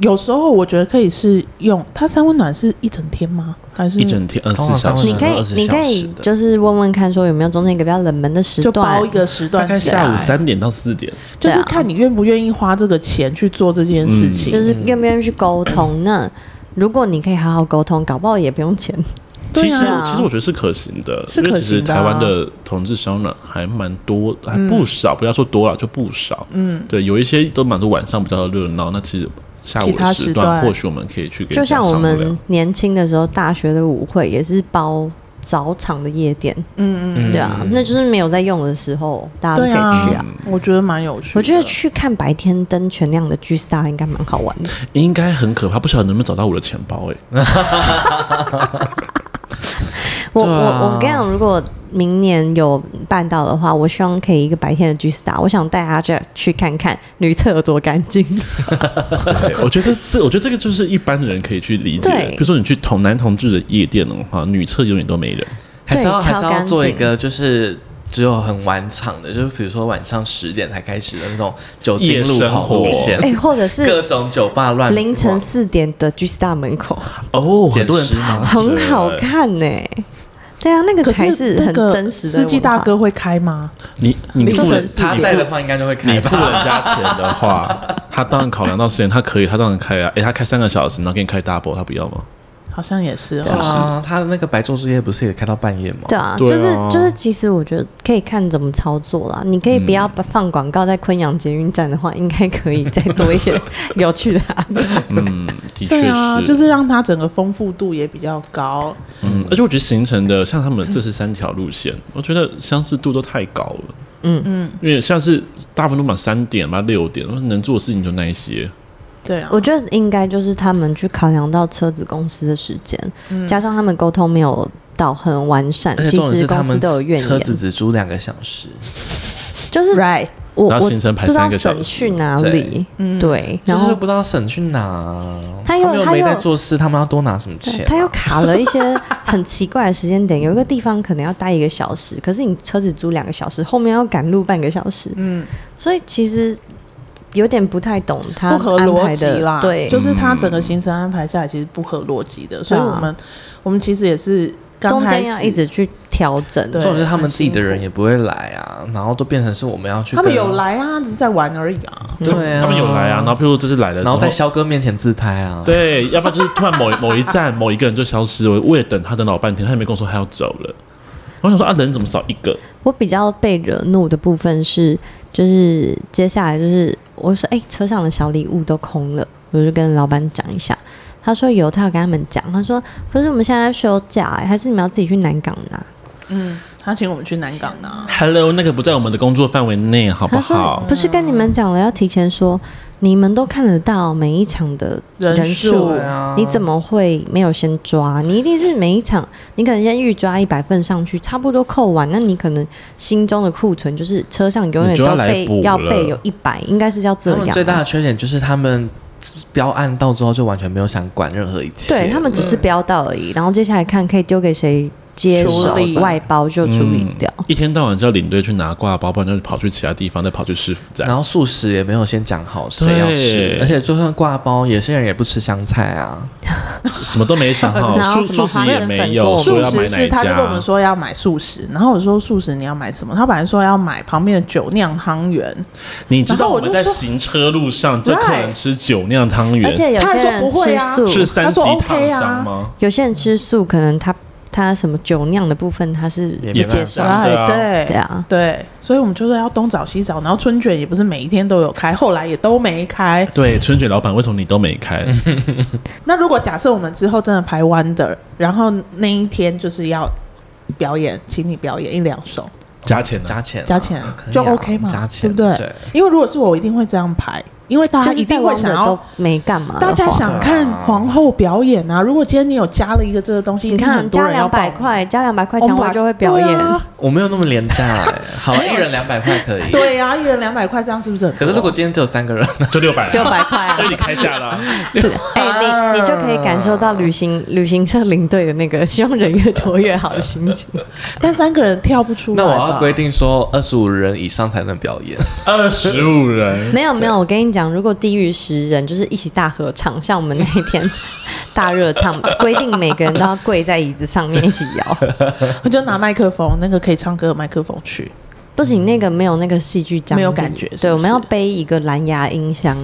Speaker 3: 有时候我觉得可以是用它三温暖是一整天吗？还是
Speaker 2: 一整天二十四
Speaker 5: 通常
Speaker 2: 小
Speaker 5: 三
Speaker 4: 你
Speaker 2: 时
Speaker 5: 温。
Speaker 4: 可以
Speaker 5: 20小时，的
Speaker 4: 你可以就是问问看，说有没有中间一个比较冷门的时
Speaker 3: 就
Speaker 4: 段
Speaker 3: 包一，个时段
Speaker 2: 大概
Speaker 3: 起来？
Speaker 2: 下午三点到啊四点，
Speaker 3: 就是
Speaker 4: 对啊
Speaker 3: 看你愿不愿意花这个钱去做这件事情。
Speaker 4: 嗯就是
Speaker 2: 嗯
Speaker 4: 愿不愿意去沟通。那如果你可以好好沟通，搞不好也不用钱。
Speaker 2: 其实、
Speaker 4: 对啊
Speaker 2: 其实我觉得是可行的，
Speaker 3: 是可
Speaker 2: 因
Speaker 3: 行的啊
Speaker 2: 为其实台湾的同志烧脑还蛮多，还
Speaker 4: 嗯
Speaker 2: 不少，不要说多了，就不少。嗯，对，有一些都满足晚上比较热闹，那其实下午
Speaker 3: 其他
Speaker 2: 的
Speaker 3: 时
Speaker 2: 段
Speaker 3: 段
Speaker 2: 或许我们可以去给
Speaker 4: 就
Speaker 2: 人家
Speaker 4: 像我
Speaker 2: 商量
Speaker 4: 们年轻的时候，大学的舞会也是包早场的夜店，
Speaker 3: 嗯嗯，
Speaker 4: 对啊，那就是没有在用的时候，大家都可
Speaker 3: 对
Speaker 4: 以去
Speaker 3: 啊
Speaker 4: 啊。，
Speaker 3: 我觉得蛮有趣的。
Speaker 4: 我觉得去看白天灯全亮的聚沙应该蛮好玩的，
Speaker 2: 应该很可怕，不晓得能不能找到我的钱包哎、
Speaker 4: 我、
Speaker 5: 对啊
Speaker 4: 我我跟你讲，如果明年有办到的话，我希望可以一个白天的 G Star，我想带大家去去看看女厕有多干净。
Speaker 2: 对，我觉得这，我觉得这个就是一般人可以去理解的。
Speaker 4: 对
Speaker 2: 比如说你去同男同志的夜店的话，女厕永远都没人。
Speaker 5: 还是要
Speaker 4: 对
Speaker 5: 还
Speaker 4: 超
Speaker 5: 是要
Speaker 4: 干
Speaker 5: 做一
Speaker 4: 净
Speaker 5: 个就是。只有很晚场的，就是比如说晚上十点才开始的那种酒精
Speaker 2: 夜
Speaker 5: 路
Speaker 2: 生
Speaker 5: 跑路
Speaker 2: 活
Speaker 5: 线，
Speaker 4: 哎、或者是
Speaker 5: 各种酒吧乱
Speaker 4: 凌晨
Speaker 5: 逛
Speaker 4: 四点的 G Star 门口，
Speaker 2: 哦，
Speaker 5: 捡
Speaker 2: 很多人
Speaker 5: 尸吗
Speaker 2: 躺着
Speaker 4: 很好。看呢、对啊，那个
Speaker 3: 可
Speaker 4: 才
Speaker 3: 是那
Speaker 4: 很
Speaker 3: 个
Speaker 4: 真实的
Speaker 3: 司机
Speaker 4: 文化
Speaker 3: 大哥会开吗？
Speaker 2: 你你
Speaker 4: 凌
Speaker 2: 付
Speaker 4: 晨
Speaker 2: 人
Speaker 4: 四点
Speaker 5: 他在的话应该就会
Speaker 2: 你
Speaker 5: 开
Speaker 2: 付
Speaker 5: 吧。
Speaker 2: 人家钱的话， 他当然考量到时间，他可以，他当然开啊。诶，他开三个小时，然后给你开 double，他不要吗？
Speaker 3: 好像也是
Speaker 5: 对
Speaker 3: 哦。
Speaker 5: 啊，他的那个白昼之夜不是也开到半夜吗？
Speaker 4: 对啊，
Speaker 2: 对啊
Speaker 4: 就是就是，其实我觉得可以看怎么操作啦。你可以不要
Speaker 5: 嗯
Speaker 4: 把放广告在昆阳捷运站的话，应该可以再多一些 有趣的安排。
Speaker 2: 嗯，的确
Speaker 3: 对
Speaker 2: 是，
Speaker 3: 啊，就是让它整个丰富度也比较高。
Speaker 2: 嗯，而且我觉得形成的像他们这是三条路线，我觉得相似度都太高了。
Speaker 4: 嗯
Speaker 2: 嗯，因为像是大部分都满三点嘛、六点，能做的事情就那一些。
Speaker 3: 对啊，
Speaker 4: 我觉得应该就是他们去考量到车子公司的时间，加上他们沟通没有到很完善
Speaker 5: 而，且
Speaker 4: 其
Speaker 5: 重点
Speaker 4: 实
Speaker 5: 是
Speaker 4: 公
Speaker 5: 他
Speaker 4: 司
Speaker 5: 们
Speaker 4: 都有怨
Speaker 5: 车子
Speaker 4: 言。
Speaker 5: 只租两个小时，
Speaker 4: 就是
Speaker 3: right，
Speaker 4: 我
Speaker 2: 然后
Speaker 4: 我不
Speaker 2: 行程排
Speaker 4: 知道
Speaker 2: 三个小
Speaker 4: 省
Speaker 2: 时
Speaker 4: 去哪里，对，然
Speaker 5: 就是
Speaker 4: 后
Speaker 5: 不知道省去哪。
Speaker 4: 他又
Speaker 5: 们又
Speaker 4: 他
Speaker 5: 没
Speaker 4: 又
Speaker 5: 在做事，他们要多拿什么
Speaker 4: 对
Speaker 5: 钱啊？
Speaker 4: 他又卡了一些很奇怪的时间点，有一个地方可能要待一个小时，可是你车子租两个小时，后面要赶路半个小时，
Speaker 3: 嗯，
Speaker 4: 所以其实有点不太懂他
Speaker 3: 不合
Speaker 4: 安
Speaker 3: 逻
Speaker 4: 排
Speaker 3: 辑
Speaker 4: 的，
Speaker 3: 啦，
Speaker 4: 对，
Speaker 3: 就是它整个行程安排下来其实不合逻辑的，所以
Speaker 4: 对啊
Speaker 3: 我们我们其实也是刚
Speaker 4: 中
Speaker 3: 开
Speaker 4: 间
Speaker 3: 始
Speaker 4: 要一直去调整，
Speaker 3: 对
Speaker 5: 重点是他们自己的
Speaker 3: 很辛
Speaker 5: 人
Speaker 3: 苦
Speaker 5: 也不会来啊，然后都变成是我们要去。
Speaker 3: 他们有，来啊，只是在玩而已啊，
Speaker 5: 对啊，
Speaker 2: 他们有来啊，然后譬如说这次来了，
Speaker 5: 然后在。肖哥面前自拍啊，
Speaker 2: 对，要不然就是突然某某一 站某一个人就消失了，我为了等他等老半天，他也没跟我说他要走了。我想说啊，人怎么少一个？
Speaker 4: 我比较被惹怒的部分是，就是接下来就是我说，哎、车上的小礼物都空了，我就跟老板讲一下。他说有，他有跟他们讲。他说，可是我们现在要休假、哎，还是你们要自己去啊南港拿？
Speaker 3: 嗯，他请我们去南港啊，
Speaker 2: Hello，那个不在我们的工作范围内，
Speaker 3: 哦
Speaker 2: 好不
Speaker 4: 他 说
Speaker 2: 好？
Speaker 4: 不是跟你们讲了，要提前说，你们都看得到每一场的
Speaker 3: 人
Speaker 4: 人
Speaker 3: 数
Speaker 4: 数，啊你怎么会没有先抓？你一定是每一场，你可能先预抓一百份上去，差不多扣完，那你可能心中的库存就是车上永远
Speaker 2: 你就要
Speaker 4: 都
Speaker 2: 来
Speaker 4: 备
Speaker 2: 补
Speaker 4: 要
Speaker 2: 了
Speaker 4: 备有一百，应该是要这
Speaker 5: 他们
Speaker 4: 样。啊
Speaker 5: 最大的缺点就是他们标案到最后就完全没有想管任何一切。
Speaker 4: 对他们只是飙到而已，然后接下来看可以丢给谁接手
Speaker 3: 处理
Speaker 4: 外包就处理掉。
Speaker 2: 一天到晚叫领队去拿挂包，不然就跑去其他地方，再跑去师傅站
Speaker 5: 然。后素食也没有先讲好谁要吃
Speaker 2: 对，
Speaker 5: 而且就算挂包，有些人也不吃香菜啊。
Speaker 2: 什么都没想
Speaker 4: 然
Speaker 2: 好，
Speaker 4: 后
Speaker 2: 素
Speaker 4: 什么
Speaker 2: 素食
Speaker 4: 花
Speaker 2: 也
Speaker 4: 生
Speaker 2: 没
Speaker 4: 粉
Speaker 2: 有，
Speaker 4: 果
Speaker 2: 说
Speaker 3: 素
Speaker 2: 要买
Speaker 3: 食
Speaker 2: 哪
Speaker 3: 是
Speaker 2: 一
Speaker 3: 他就跟我们
Speaker 2: 家？
Speaker 3: 说要买素食，然后我说素食你要买什么？他本来说要买旁边的酒酿汤圆，
Speaker 2: 你知
Speaker 3: 然
Speaker 2: 道
Speaker 3: 后我
Speaker 2: 我们
Speaker 3: 就
Speaker 2: 在
Speaker 3: 说
Speaker 2: 行车路上就客人
Speaker 3: Right
Speaker 2: 吃酒酿汤
Speaker 5: 嗯
Speaker 2: 圆
Speaker 4: 而，且有
Speaker 3: 他还
Speaker 4: 些
Speaker 3: 说
Speaker 4: 人
Speaker 3: 不会
Speaker 4: 吃
Speaker 3: 啊
Speaker 4: 素，
Speaker 2: 是三
Speaker 3: 他
Speaker 2: 级
Speaker 3: 说
Speaker 2: 烫
Speaker 3: OK 啊
Speaker 2: 伤吗？
Speaker 4: 有些人吃素，可能他他什么酒酿的部分他是
Speaker 5: 也
Speaker 4: 不
Speaker 5: 没办
Speaker 4: 接
Speaker 5: 法
Speaker 4: 受
Speaker 3: 哎，
Speaker 5: 对。
Speaker 2: 啊
Speaker 3: 对
Speaker 4: 对啊，
Speaker 3: 对，所以我们就是要东找西找，然后春卷也不是每一天都有开，后来也都没开。
Speaker 2: 对，春卷老板为什么你都没开？
Speaker 3: 嗯那如果假设我们之后真的排完的，然后那一天就是要表演，请你表演一两首，
Speaker 2: 加钱呢？
Speaker 5: 加钱啊、
Speaker 3: 加钱
Speaker 5: 可以
Speaker 3: 就
Speaker 5: 啊
Speaker 3: OK 嘛
Speaker 5: 加钱，
Speaker 3: 对不对
Speaker 5: 对
Speaker 3: 因为如果是我，我一定会这样排，因为大家
Speaker 4: 就
Speaker 3: 一
Speaker 4: 是在
Speaker 3: 定会
Speaker 4: 王
Speaker 3: 想
Speaker 4: 者
Speaker 3: 要
Speaker 4: 都没干嘛的
Speaker 3: 大
Speaker 4: 话，
Speaker 3: 家想看皇后表演啊！如果今天你有加了一个这个东西，
Speaker 4: 你
Speaker 3: 一定很
Speaker 4: 看
Speaker 3: 多
Speaker 4: 加
Speaker 3: 人要
Speaker 4: 两
Speaker 3: 报
Speaker 4: 百
Speaker 3: 名，
Speaker 4: 块，加两百块奖
Speaker 3: 我
Speaker 4: 我
Speaker 3: 们
Speaker 4: 就会表演。
Speaker 3: 对啊，
Speaker 5: 我没有那么廉价、欸，好，一人两百块可以。
Speaker 3: 对啊一人两百块，这样是不是很多？
Speaker 5: 可是如果今天只有三 个人，
Speaker 2: 就六 百，
Speaker 4: 六百块啊
Speaker 2: 那！你开价啦、
Speaker 4: 哎、你你就可以感受到旅行旅行社领队的那个希望人越多越好的心 情。
Speaker 3: 但三个人跳不出来
Speaker 5: 那
Speaker 3: 吧，
Speaker 5: 我
Speaker 4: Oh
Speaker 5: 要规定说二十五人以上才能表 演。
Speaker 2: 二十五人，
Speaker 4: 没有没有，我跟你讲，如果低于十人，就是一起大合唱，像我们那一 天大热唱，规定每个人都要跪在椅子上面一起摇。
Speaker 3: 我就拿麦克风，那个可以唱歌的麦克风去。
Speaker 4: 不行，那个没有那个戏剧张力，
Speaker 3: 没有感觉是不是
Speaker 4: 对，我们要背一个蓝牙音箱，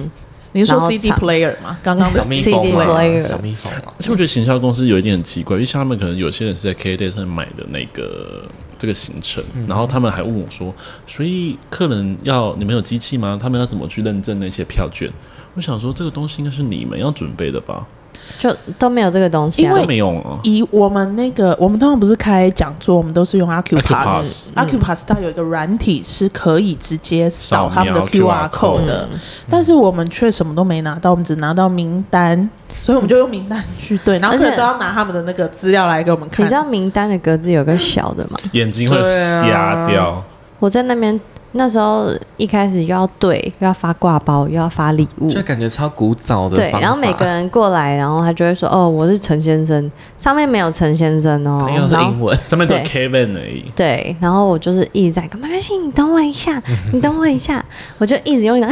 Speaker 3: 你是说
Speaker 4: 然后
Speaker 3: CD
Speaker 4: 唱
Speaker 3: player 吗？刚刚的
Speaker 5: 小蜜蜂
Speaker 4: CD
Speaker 5: 嘛，
Speaker 4: player
Speaker 5: 小蜜蜂嘛，
Speaker 2: 其实我觉得行销公司有一点很奇怪，因为像他们可能有些人是在 K Day 上买的那个这个行程，
Speaker 3: 嗯
Speaker 2: 然后他们还问我说，所以客人要你们有机器吗？他们要怎么去认证那些票券？我想说这个东西应该是你们要准备的吧，
Speaker 4: 就都没有这个东西、啊。
Speaker 3: 因为
Speaker 2: 都没用啊。
Speaker 3: 以我们那个，我们通常不是开讲座，我们都是用
Speaker 2: Acupass
Speaker 3: Acupass。Acupass
Speaker 4: 嗯
Speaker 3: 它有一个软体是可以直接扫他们的
Speaker 2: 扫描 QR
Speaker 3: QR code 的，但是我们却什么都没拿到，我们只拿到名单，所以我们就用名单去对，然后
Speaker 4: 而
Speaker 3: 可
Speaker 4: 且
Speaker 3: 能都要拿他们的那个资料来给我们看。
Speaker 4: 你知道名单的格子有个小的吗？
Speaker 2: 眼睛会
Speaker 3: 啊
Speaker 2: 瞎掉，
Speaker 4: 我在那边那时候一开始又要对，又要发挂包，又要发礼物，
Speaker 5: 就感觉超古早的
Speaker 4: 对
Speaker 5: 方法。，
Speaker 4: 然后每个人过来，然后他就会说：“哦，我是陈先生，上面没有陈先生哦。
Speaker 5: 因为”都是
Speaker 4: 然
Speaker 5: 英
Speaker 4: 后
Speaker 5: 文，
Speaker 2: 上面只有
Speaker 4: 对
Speaker 2: Kevin 而 已。
Speaker 4: 对，然后我就是一直在干嘛？没关系，你等我一下，你等我一下，我就一直用一种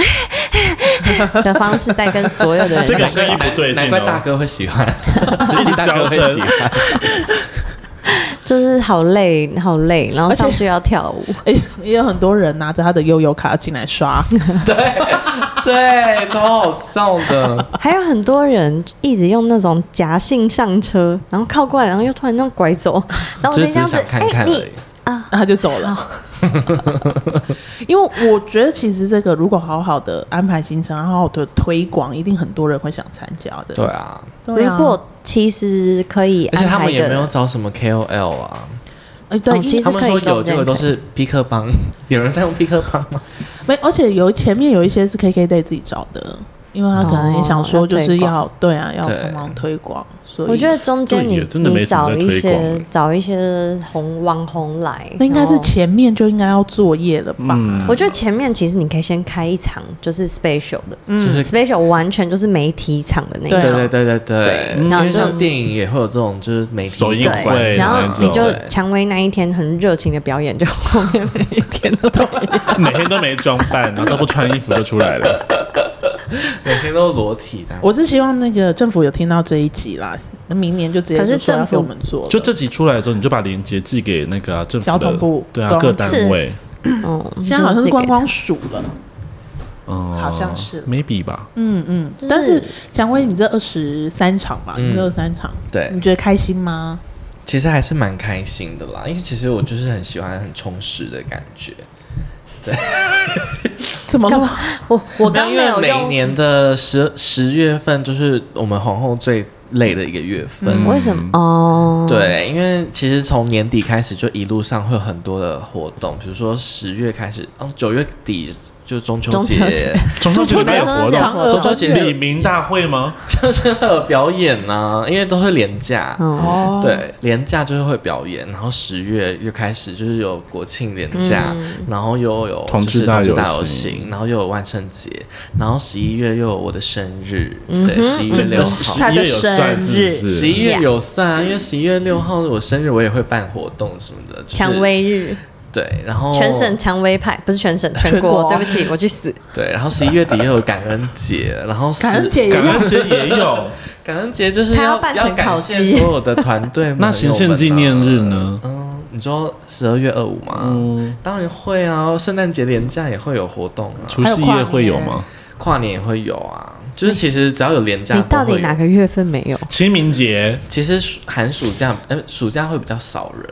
Speaker 4: 哎的方式在跟所有的人
Speaker 2: 这个
Speaker 4: 讲。
Speaker 2: 声音不对劲、
Speaker 5: 难
Speaker 2: 哦，
Speaker 5: 怪大哥会喜欢，
Speaker 2: 一直
Speaker 5: 司机大哥会喜欢。
Speaker 4: 就是好累，好累，然后上去要跳 舞，
Speaker 3: 哎，也有很多人拿着他的悠游卡进来刷，
Speaker 5: 对，超好笑 的。
Speaker 4: 还有很多人一直用那种夹性上车，然后靠过来，然后又突然那样拐走，然后我就
Speaker 5: 就
Speaker 4: 是
Speaker 5: 只
Speaker 4: 这样子，
Speaker 5: 是想看
Speaker 4: 哎、
Speaker 5: 看而
Speaker 4: 你
Speaker 5: 已。
Speaker 3: 他就走 了。因为我觉得其实这个如果好好的安排行程，好好的推广，一定很多人会想参加的。
Speaker 5: 对啊，
Speaker 3: 对啊，
Speaker 4: 如果其实可以
Speaker 5: 而且
Speaker 4: 安
Speaker 5: 他
Speaker 4: 排
Speaker 5: 们也没有
Speaker 4: 的，
Speaker 5: 找什么 KOL 啊，
Speaker 3: 哎对，
Speaker 4: 哦
Speaker 3: 因
Speaker 4: 其实
Speaker 5: 他们
Speaker 4: 可以
Speaker 5: 说有
Speaker 4: 中
Speaker 5: 这
Speaker 4: 间
Speaker 5: 个都
Speaker 4: 可以
Speaker 5: 是匹克帮， 有人在用匹克帮吗？
Speaker 3: 没，而且有前面有一些是 KKday 自己找的，因为他可能也
Speaker 4: 哦
Speaker 3: 想说就是要、对啊，要
Speaker 5: 对
Speaker 3: 帮忙推广，所以
Speaker 4: 我觉得中间
Speaker 2: 对
Speaker 4: 你
Speaker 2: 也真的没
Speaker 4: 你
Speaker 2: 什么
Speaker 4: 找
Speaker 2: 在
Speaker 4: 一
Speaker 2: 推广
Speaker 4: 些
Speaker 2: 欸
Speaker 4: 找一些红网红来，
Speaker 3: 那应该是
Speaker 4: 然后
Speaker 3: 前面就应该要作业了吧？
Speaker 5: 嗯
Speaker 4: 我觉得前面其实你可以先开一场，就是 special 的、
Speaker 2: 嗯
Speaker 5: 就是
Speaker 4: s p e c i a l 完全就是媒体场的那
Speaker 3: 对啊
Speaker 4: 一
Speaker 5: 对
Speaker 4: 种。
Speaker 5: 对对对对，因
Speaker 4: 然后
Speaker 5: 为
Speaker 4: 就
Speaker 5: 像电影也会有这种，就是每
Speaker 2: 首映
Speaker 4: 对
Speaker 2: 会
Speaker 4: 然后你就
Speaker 2: 那
Speaker 5: 种
Speaker 4: 蔷薇那一天很热情的表演，就后面每一天都 对，
Speaker 2: 每天都没装扮，然后都不穿衣服就出来了。
Speaker 5: 每天都裸体的。
Speaker 3: 我是希望那个政府有听到这一集啦，那明年就直接
Speaker 4: 可是
Speaker 3: 就说要
Speaker 4: 政府
Speaker 3: 给我们做了，
Speaker 2: 就这集出来的时候，你就把链接寄给那个啊、政府
Speaker 3: 交
Speaker 2: 的
Speaker 3: 通部
Speaker 2: 对啊
Speaker 3: 对啊
Speaker 2: 各单位，
Speaker 4: 嗯，
Speaker 3: 现在好像
Speaker 4: 就是寄给
Speaker 3: 观
Speaker 4: 他
Speaker 3: 光署了，
Speaker 2: 嗯，
Speaker 3: 好像是
Speaker 2: maybe 吧。
Speaker 3: 嗯嗯。
Speaker 4: 就是
Speaker 3: 但是蔷薇，你这二十三场吧，你这二十三场，
Speaker 5: 嗯对
Speaker 3: 你觉得开心吗？
Speaker 5: 其实还是蛮开心的啦，因为其实我就是很喜欢很充实的感觉。
Speaker 3: 怎么了？
Speaker 4: 我我刚
Speaker 5: 因
Speaker 4: 没
Speaker 5: 为
Speaker 4: 有
Speaker 5: 每一
Speaker 4: 用，
Speaker 5: 年的十十月份就是我们皇后最累的一个月份。
Speaker 4: 为什么？哦，，
Speaker 5: 对，因为其实从年底开始就一路上会有很多的活动，比如说十月开始，嗯，九月底就中秋
Speaker 4: 中秋
Speaker 5: 节
Speaker 4: 节，
Speaker 2: 中秋节
Speaker 4: 中秋
Speaker 2: 没有
Speaker 4: 节
Speaker 2: 活
Speaker 4: 中
Speaker 2: 动，
Speaker 4: 秋
Speaker 3: 嫦娥
Speaker 5: 中秋
Speaker 3: 奔
Speaker 5: 节
Speaker 3: 月
Speaker 2: 李明大会吗？
Speaker 5: 就是会有表演呐、因为都是廉价。
Speaker 4: 嗯，
Speaker 3: 哦，
Speaker 5: 对，廉价就是会表演，然后十月又开始就是有国庆廉假，
Speaker 4: 嗯
Speaker 5: 然后又有
Speaker 2: 同
Speaker 5: 就是
Speaker 2: 志大
Speaker 5: 同志
Speaker 2: 游
Speaker 5: 大
Speaker 2: 行
Speaker 5: 游行，然后又有万圣节，然后十一月又有我的生日，
Speaker 4: 嗯
Speaker 5: 对，十一月
Speaker 2: 整
Speaker 5: 六
Speaker 2: 个十
Speaker 5: 号。
Speaker 2: 一月有算是不
Speaker 5: 十
Speaker 2: 是？
Speaker 5: 一月有算啊，因为十一月六号我生日，我也会办活动什么的。就是
Speaker 4: 蔷薇日，
Speaker 5: 对，然
Speaker 2: 哦
Speaker 5: 后
Speaker 4: 全省蔷薇派，不是全省，全
Speaker 3: 全国
Speaker 4: 国，对不起，我去死。
Speaker 5: 对，然后十一月底又有感恩节，然后十
Speaker 3: 感恩节也
Speaker 2: 感
Speaker 3: 要
Speaker 2: 恩节也有，
Speaker 5: 感恩节就是
Speaker 4: 他要
Speaker 5: 要
Speaker 4: 办
Speaker 5: 要
Speaker 4: 成
Speaker 5: 感
Speaker 4: 烤
Speaker 5: 谢
Speaker 4: 鸡
Speaker 5: 所有的团 队们。
Speaker 2: 那行
Speaker 5: 友
Speaker 2: 宪
Speaker 5: 们
Speaker 2: 纪
Speaker 5: 啊
Speaker 2: 念日？呢？
Speaker 5: 嗯，你说十二月二五吗？
Speaker 2: 嗯，
Speaker 5: 当然会啊，圣诞节连假也会有活动啊，
Speaker 2: 除夕夜会有
Speaker 3: 还有跨
Speaker 2: 吗？
Speaker 5: 跨年也会有啊。就是其实只要有连假，
Speaker 4: 你到底哪？个月份没有？
Speaker 2: 清明节
Speaker 5: 其实暑寒暑假，呃，暑假会比较少人，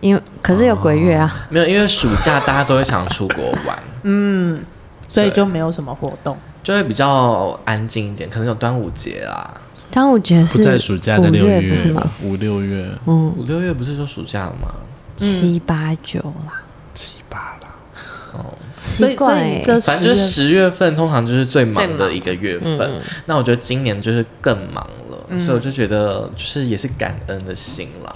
Speaker 4: 因为可是有鬼月啊，
Speaker 2: 哦
Speaker 5: 没有，因为暑假大家都会想出国玩，
Speaker 3: 嗯，所以就没有什么活动。
Speaker 5: 就会比较安静一点。可能有端午节啊啦，
Speaker 4: 端午节是
Speaker 2: 不在暑假，在
Speaker 4: 五
Speaker 2: 六
Speaker 4: 不是吗？
Speaker 2: 五六月
Speaker 4: 嗯，
Speaker 2: 嗯
Speaker 5: 五六月不是就暑假了吗？
Speaker 4: 七八九啦，
Speaker 2: 七八啦。
Speaker 3: 所
Speaker 4: 奇
Speaker 3: 以所以
Speaker 4: 怪欸，
Speaker 3: 这
Speaker 5: 反正就是
Speaker 3: 十
Speaker 5: 十月份通常就是最忙
Speaker 4: 最
Speaker 5: 的
Speaker 4: 忙
Speaker 5: 一个月份，那我觉得今年就是更忙了，所以我就觉得就是也是感恩的心啦，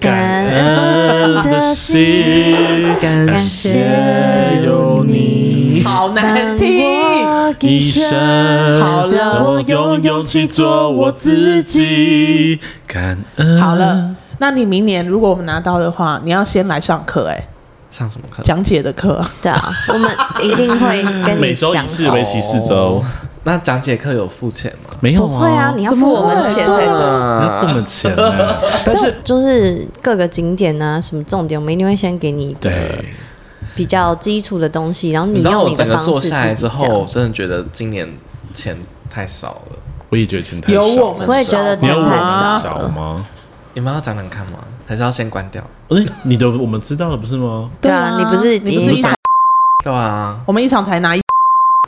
Speaker 4: 感
Speaker 2: 恩的心，
Speaker 5: 感
Speaker 4: 感谢
Speaker 2: 有你
Speaker 3: 月，好难听。
Speaker 2: 一生
Speaker 3: 好了
Speaker 2: 让我有勇气做我自己，感恩。
Speaker 3: 好了，那你明年如果我们拿到的话，你要先来上课哎、
Speaker 5: 上什么课？
Speaker 3: 讲解的课。
Speaker 4: 对啊，我们一定会跟
Speaker 2: 每
Speaker 4: 你
Speaker 2: 周
Speaker 4: 想
Speaker 2: 一次，
Speaker 4: 好。
Speaker 2: 为期四周，
Speaker 5: 那讲解课有付钱吗？嗯
Speaker 2: 没有
Speaker 4: 不会啊，你要
Speaker 3: 怎么
Speaker 4: 付我
Speaker 3: 会
Speaker 4: 们钱才对。
Speaker 2: 你要付我们钱啊！但是
Speaker 4: 就是各个景点啊，什么重点，我们一定会先给你一个
Speaker 2: 对，
Speaker 4: 比较基础的东西，然后
Speaker 5: 你知道
Speaker 4: 用
Speaker 5: 我
Speaker 4: 你的
Speaker 5: 整个
Speaker 4: 方式
Speaker 5: 做下来之
Speaker 4: 自己
Speaker 5: 后，我
Speaker 4: 讲。
Speaker 5: 真的觉得今年钱太少了。
Speaker 2: 我也觉得钱
Speaker 5: 哎
Speaker 2: 太少
Speaker 3: 有我
Speaker 2: 了
Speaker 3: 们
Speaker 4: 我也觉得
Speaker 2: 你
Speaker 4: 钱
Speaker 2: 要我
Speaker 4: 太
Speaker 2: 们
Speaker 4: 少
Speaker 2: 少
Speaker 4: 了。
Speaker 2: 吗？
Speaker 5: 你们要讲讲看吗？还是要先关掉？
Speaker 2: 哎，你的我们知道了不是吗？
Speaker 4: 对啊，你不是
Speaker 3: 你不是
Speaker 4: 已
Speaker 3: 一
Speaker 4: 经
Speaker 3: 场，
Speaker 5: 对啊，
Speaker 3: 我们一场才拿一，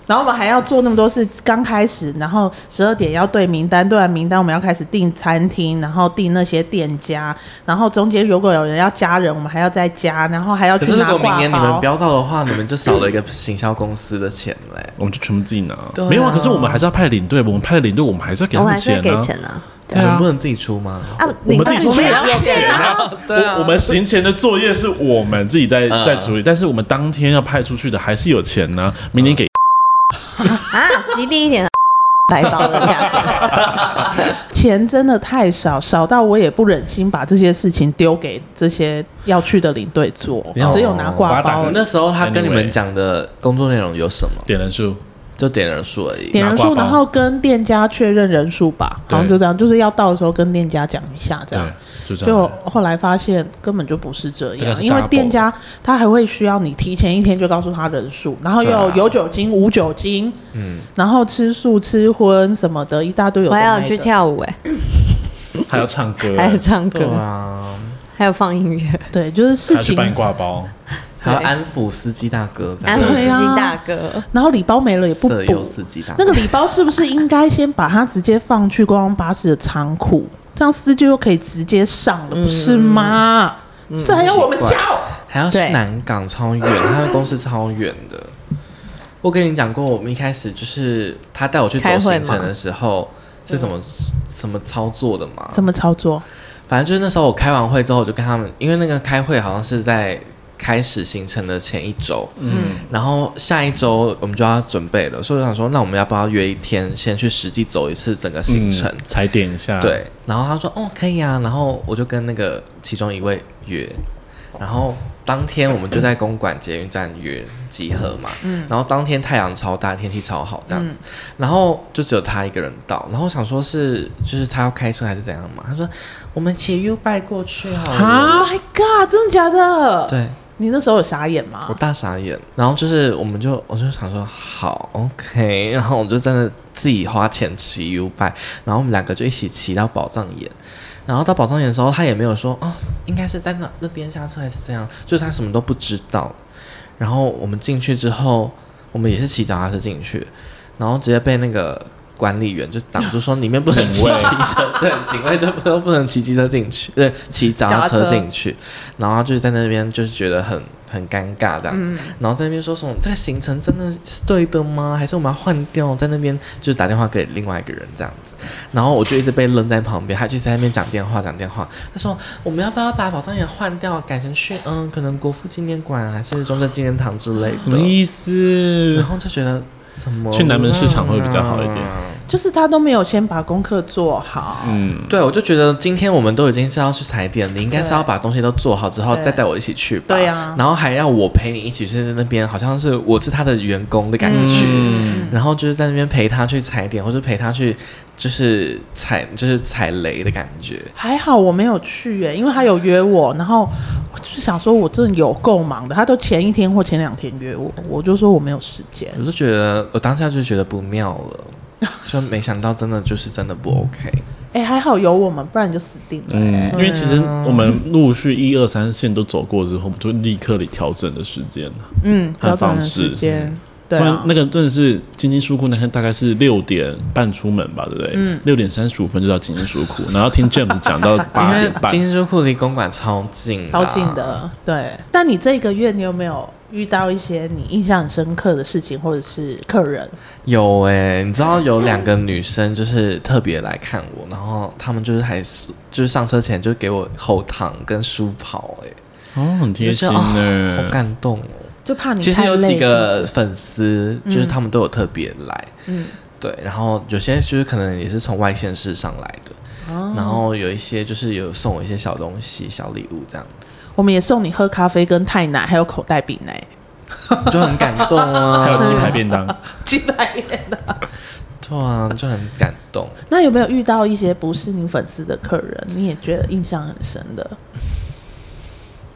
Speaker 3: 然后我们还要做那么多事。刚开始，然后十二点要对名单，对完名单我们要开始订餐厅，然后订那些店家，然后中间如果有人要加人，我们还要再加，然后还要
Speaker 5: 可
Speaker 3: 去
Speaker 5: 是如
Speaker 3: 拿
Speaker 5: 果
Speaker 3: 挂
Speaker 5: 明
Speaker 3: 包。
Speaker 5: 年你们标到的话，你们就少了一个行销公司的钱嘞、
Speaker 2: 我们就全部自己拿
Speaker 5: 对啊。
Speaker 2: 没有啊，可是我们还是要派领队，我们派了领队，我们还是要给
Speaker 4: 我
Speaker 2: 他们
Speaker 4: 们还是
Speaker 2: 钱
Speaker 4: 会给
Speaker 2: 啊。
Speaker 4: 钱啊。
Speaker 2: 对
Speaker 5: 你们
Speaker 2: 啊
Speaker 5: 不，能自己出吗？
Speaker 4: 啊，
Speaker 2: 我
Speaker 4: 你
Speaker 2: 们自己出去也要钱啊。
Speaker 5: 对啊
Speaker 2: 我我们行前的作业是我们自己在
Speaker 5: 嗯
Speaker 2: 在处理，但是我们当天要派出去的还是有钱呢。明年给
Speaker 4: 啊，吉利一点啊，白包的 价格。
Speaker 3: 钱真的太少，少到我也不忍心把这些事情丢给这些要去的领队做
Speaker 2: 要，
Speaker 3: 只有拿挂
Speaker 2: 把它打
Speaker 3: 包
Speaker 2: 开。
Speaker 5: 哦那时候他跟你们讲的工作内容有什么？
Speaker 2: 点人数，
Speaker 5: 就点人数而已。
Speaker 3: 点人
Speaker 2: 拿
Speaker 3: 数，
Speaker 2: 挂包
Speaker 3: 然后跟店家确认人数吧，
Speaker 2: 对
Speaker 3: 好像就这样，就是要到的时候跟店家讲一下，这
Speaker 2: 对
Speaker 3: 样。，
Speaker 2: 就这
Speaker 3: 就
Speaker 2: 样。
Speaker 3: 后来发现根本就不是这
Speaker 2: 大概
Speaker 3: 样，
Speaker 2: 是
Speaker 3: 因为
Speaker 2: double
Speaker 3: 店家他还会需要你提前一天就告诉他人数，然后又
Speaker 5: 对啊
Speaker 3: 有有酒精、无酒精，嗯，然后吃素、吃荤什么的，一大堆有
Speaker 4: 我
Speaker 3: 的
Speaker 4: 还要
Speaker 3: 没
Speaker 4: 去
Speaker 3: 的，
Speaker 4: 跳舞哎，
Speaker 2: 还要唱歌，
Speaker 4: 还有唱
Speaker 5: 对
Speaker 4: 歌，
Speaker 5: 啊，
Speaker 4: 还有放音乐，
Speaker 3: 对，就是
Speaker 2: 还
Speaker 3: 事
Speaker 2: 要去
Speaker 3: 情。
Speaker 2: 搬挂包，
Speaker 5: 还要安抚司机大哥，
Speaker 4: 安抚司
Speaker 3: 对哎啊
Speaker 4: 机大 哥。
Speaker 3: 然后礼包没了也不
Speaker 5: 色诱
Speaker 3: 补，
Speaker 5: 司机大
Speaker 3: 那
Speaker 5: 哥
Speaker 3: 个礼包是不是应该先把它直接放去观光巴士的仓库，这样司机就可以直接上了，不是吗？这还要我们
Speaker 5: 嗯奇怪
Speaker 3: 教？
Speaker 5: 还要去
Speaker 4: 对
Speaker 5: 南港超远，他的公司超远的。我跟你讲过，我们一开始就是他带我去走
Speaker 4: 开会
Speaker 5: 行程
Speaker 4: 吗
Speaker 5: 的时候是怎么、怎么操作的嘛？
Speaker 3: 怎么操作？
Speaker 5: 反正就是那时候我开完会之后，我就跟他们，因为那个开会好像是在开始行程的前一周，嗯，然后下一周我们就要准备了，所以我想说，那我们要不要约一天，先去实际走一次整个行程？
Speaker 2: 嗯踩点一下，
Speaker 5: 对，然后他说哦可以啊，然后我就跟那个其中一位约，然后当天我们就在公馆捷运站约集合嘛，然后当天太阳超大，天气超好这样子，然后就只有他一个人到，然后我想说是就是他要开车还是怎样嘛，他说我们骑 U bike 过去好了，
Speaker 3: 啊！My God，真的假的？
Speaker 5: 哎对。
Speaker 3: 你那时候有傻眼
Speaker 5: 我
Speaker 3: 吗？
Speaker 5: 大傻眼，然后就是，我们就我就想说好 OK，然后我就真的自己花钱骑 U b 然后我们两个就一起骑到宝藏岩，然后到宝藏岩的时候，他也没有说哦，应该是在那那边下车还是这样，就是他什么都不知道。然后我们进去之后，我们也是骑脚踏车进去，然后直接被那个管理员就挡住说里面不能骑
Speaker 2: 警 卫
Speaker 5: 机车，对，警卫就都不能骑机车进去，对，骑脚踏
Speaker 3: 脚
Speaker 5: 车
Speaker 3: 踏车
Speaker 5: 进去。然后他就是在那边就是觉得很很尴尬这样
Speaker 3: 嗯
Speaker 5: 子，然后在那边说什么这个行程真的是对的吗？还是我们要换掉？在那边就是打电话给另外一个人这样子，然后我就一直被扔在旁边，他就一直在那边讲电话讲电话。他说我们要不要把宝藏岩换掉，改成去嗯可能国父纪念馆啊还是中正纪念堂之类的？
Speaker 2: 什么意思
Speaker 5: 然？后就觉得怎么
Speaker 2: 去南门市场会比较好一点
Speaker 5: 呢
Speaker 3: 嗯就是他都没有先把功课做好。
Speaker 2: 嗯，
Speaker 5: 对，我就觉得今天我们都已经是要去踩点，你应该是
Speaker 3: 对
Speaker 5: 要把东西都做好之后
Speaker 3: 对
Speaker 5: 再带我一起去吧。
Speaker 3: 对啊
Speaker 5: 然后还要我陪你一起去那边，好像是我是他的员工的感觉。
Speaker 2: 嗯
Speaker 5: 然后就是在那边陪他去踩点，或者陪他去就是踩就是踩雷的感觉。
Speaker 3: 还好我没有去耶、因为他有约我，然后我就是想说，我真的有够忙的。他都前一天或前两天约我，我就说我没有时间。
Speaker 5: 我就觉得我当下就觉得不妙 了，就没想到真的就是真的不 OK。
Speaker 3: 哎、还好有我们，不然就死定了、
Speaker 2: 嗯，因为其实我们陆续一二三线都走过之后，我们就立刻得调整的时间了。
Speaker 3: 嗯，
Speaker 2: 看
Speaker 3: 要找
Speaker 2: 方
Speaker 3: 人
Speaker 2: 式
Speaker 3: 时间。对
Speaker 2: 不然
Speaker 3: 啊，
Speaker 2: 那个真的是金金书库那天大概是六点半出门吧，对不对？六点三十五分就到金金书库， 然后听 James 讲到
Speaker 5: 因
Speaker 2: 八
Speaker 5: 为
Speaker 2: 点半
Speaker 5: 金。珠库离公馆超近，啊
Speaker 3: 超近。的。对，但你这个月你有没有遇到一些你印象很深刻的事情，或者是客人，
Speaker 5: 有哎、你知道有两个女生就是特别来看我，然后她们就是还是就是上车前就给我喉糖跟舒跑哎、
Speaker 2: 哦，很贴
Speaker 5: 就觉
Speaker 2: 心
Speaker 5: 得哦， 好
Speaker 2: 呢。
Speaker 5: 感动哦。
Speaker 2: 嗯
Speaker 3: 就怕你
Speaker 5: 其实
Speaker 3: 嗯太
Speaker 5: 有
Speaker 3: 累
Speaker 5: 几个粉丝，
Speaker 3: 嗯
Speaker 5: 就是他们都有特别来，
Speaker 3: 嗯，
Speaker 5: 对，然后有些就是可能也是从外县市上来的，
Speaker 3: 哦
Speaker 5: 然后有一些就是有送我一些小东西、小礼物这样子，
Speaker 3: 我们也送你喝咖啡、跟泰奶，还有口袋饼奶、
Speaker 5: 就很感 动啊。
Speaker 2: 还有鸡排便当，
Speaker 3: 几百元。
Speaker 5: 对啊，就很感动。
Speaker 3: 那有没有遇到一些不是你粉丝的客人，你也觉得印象很深的？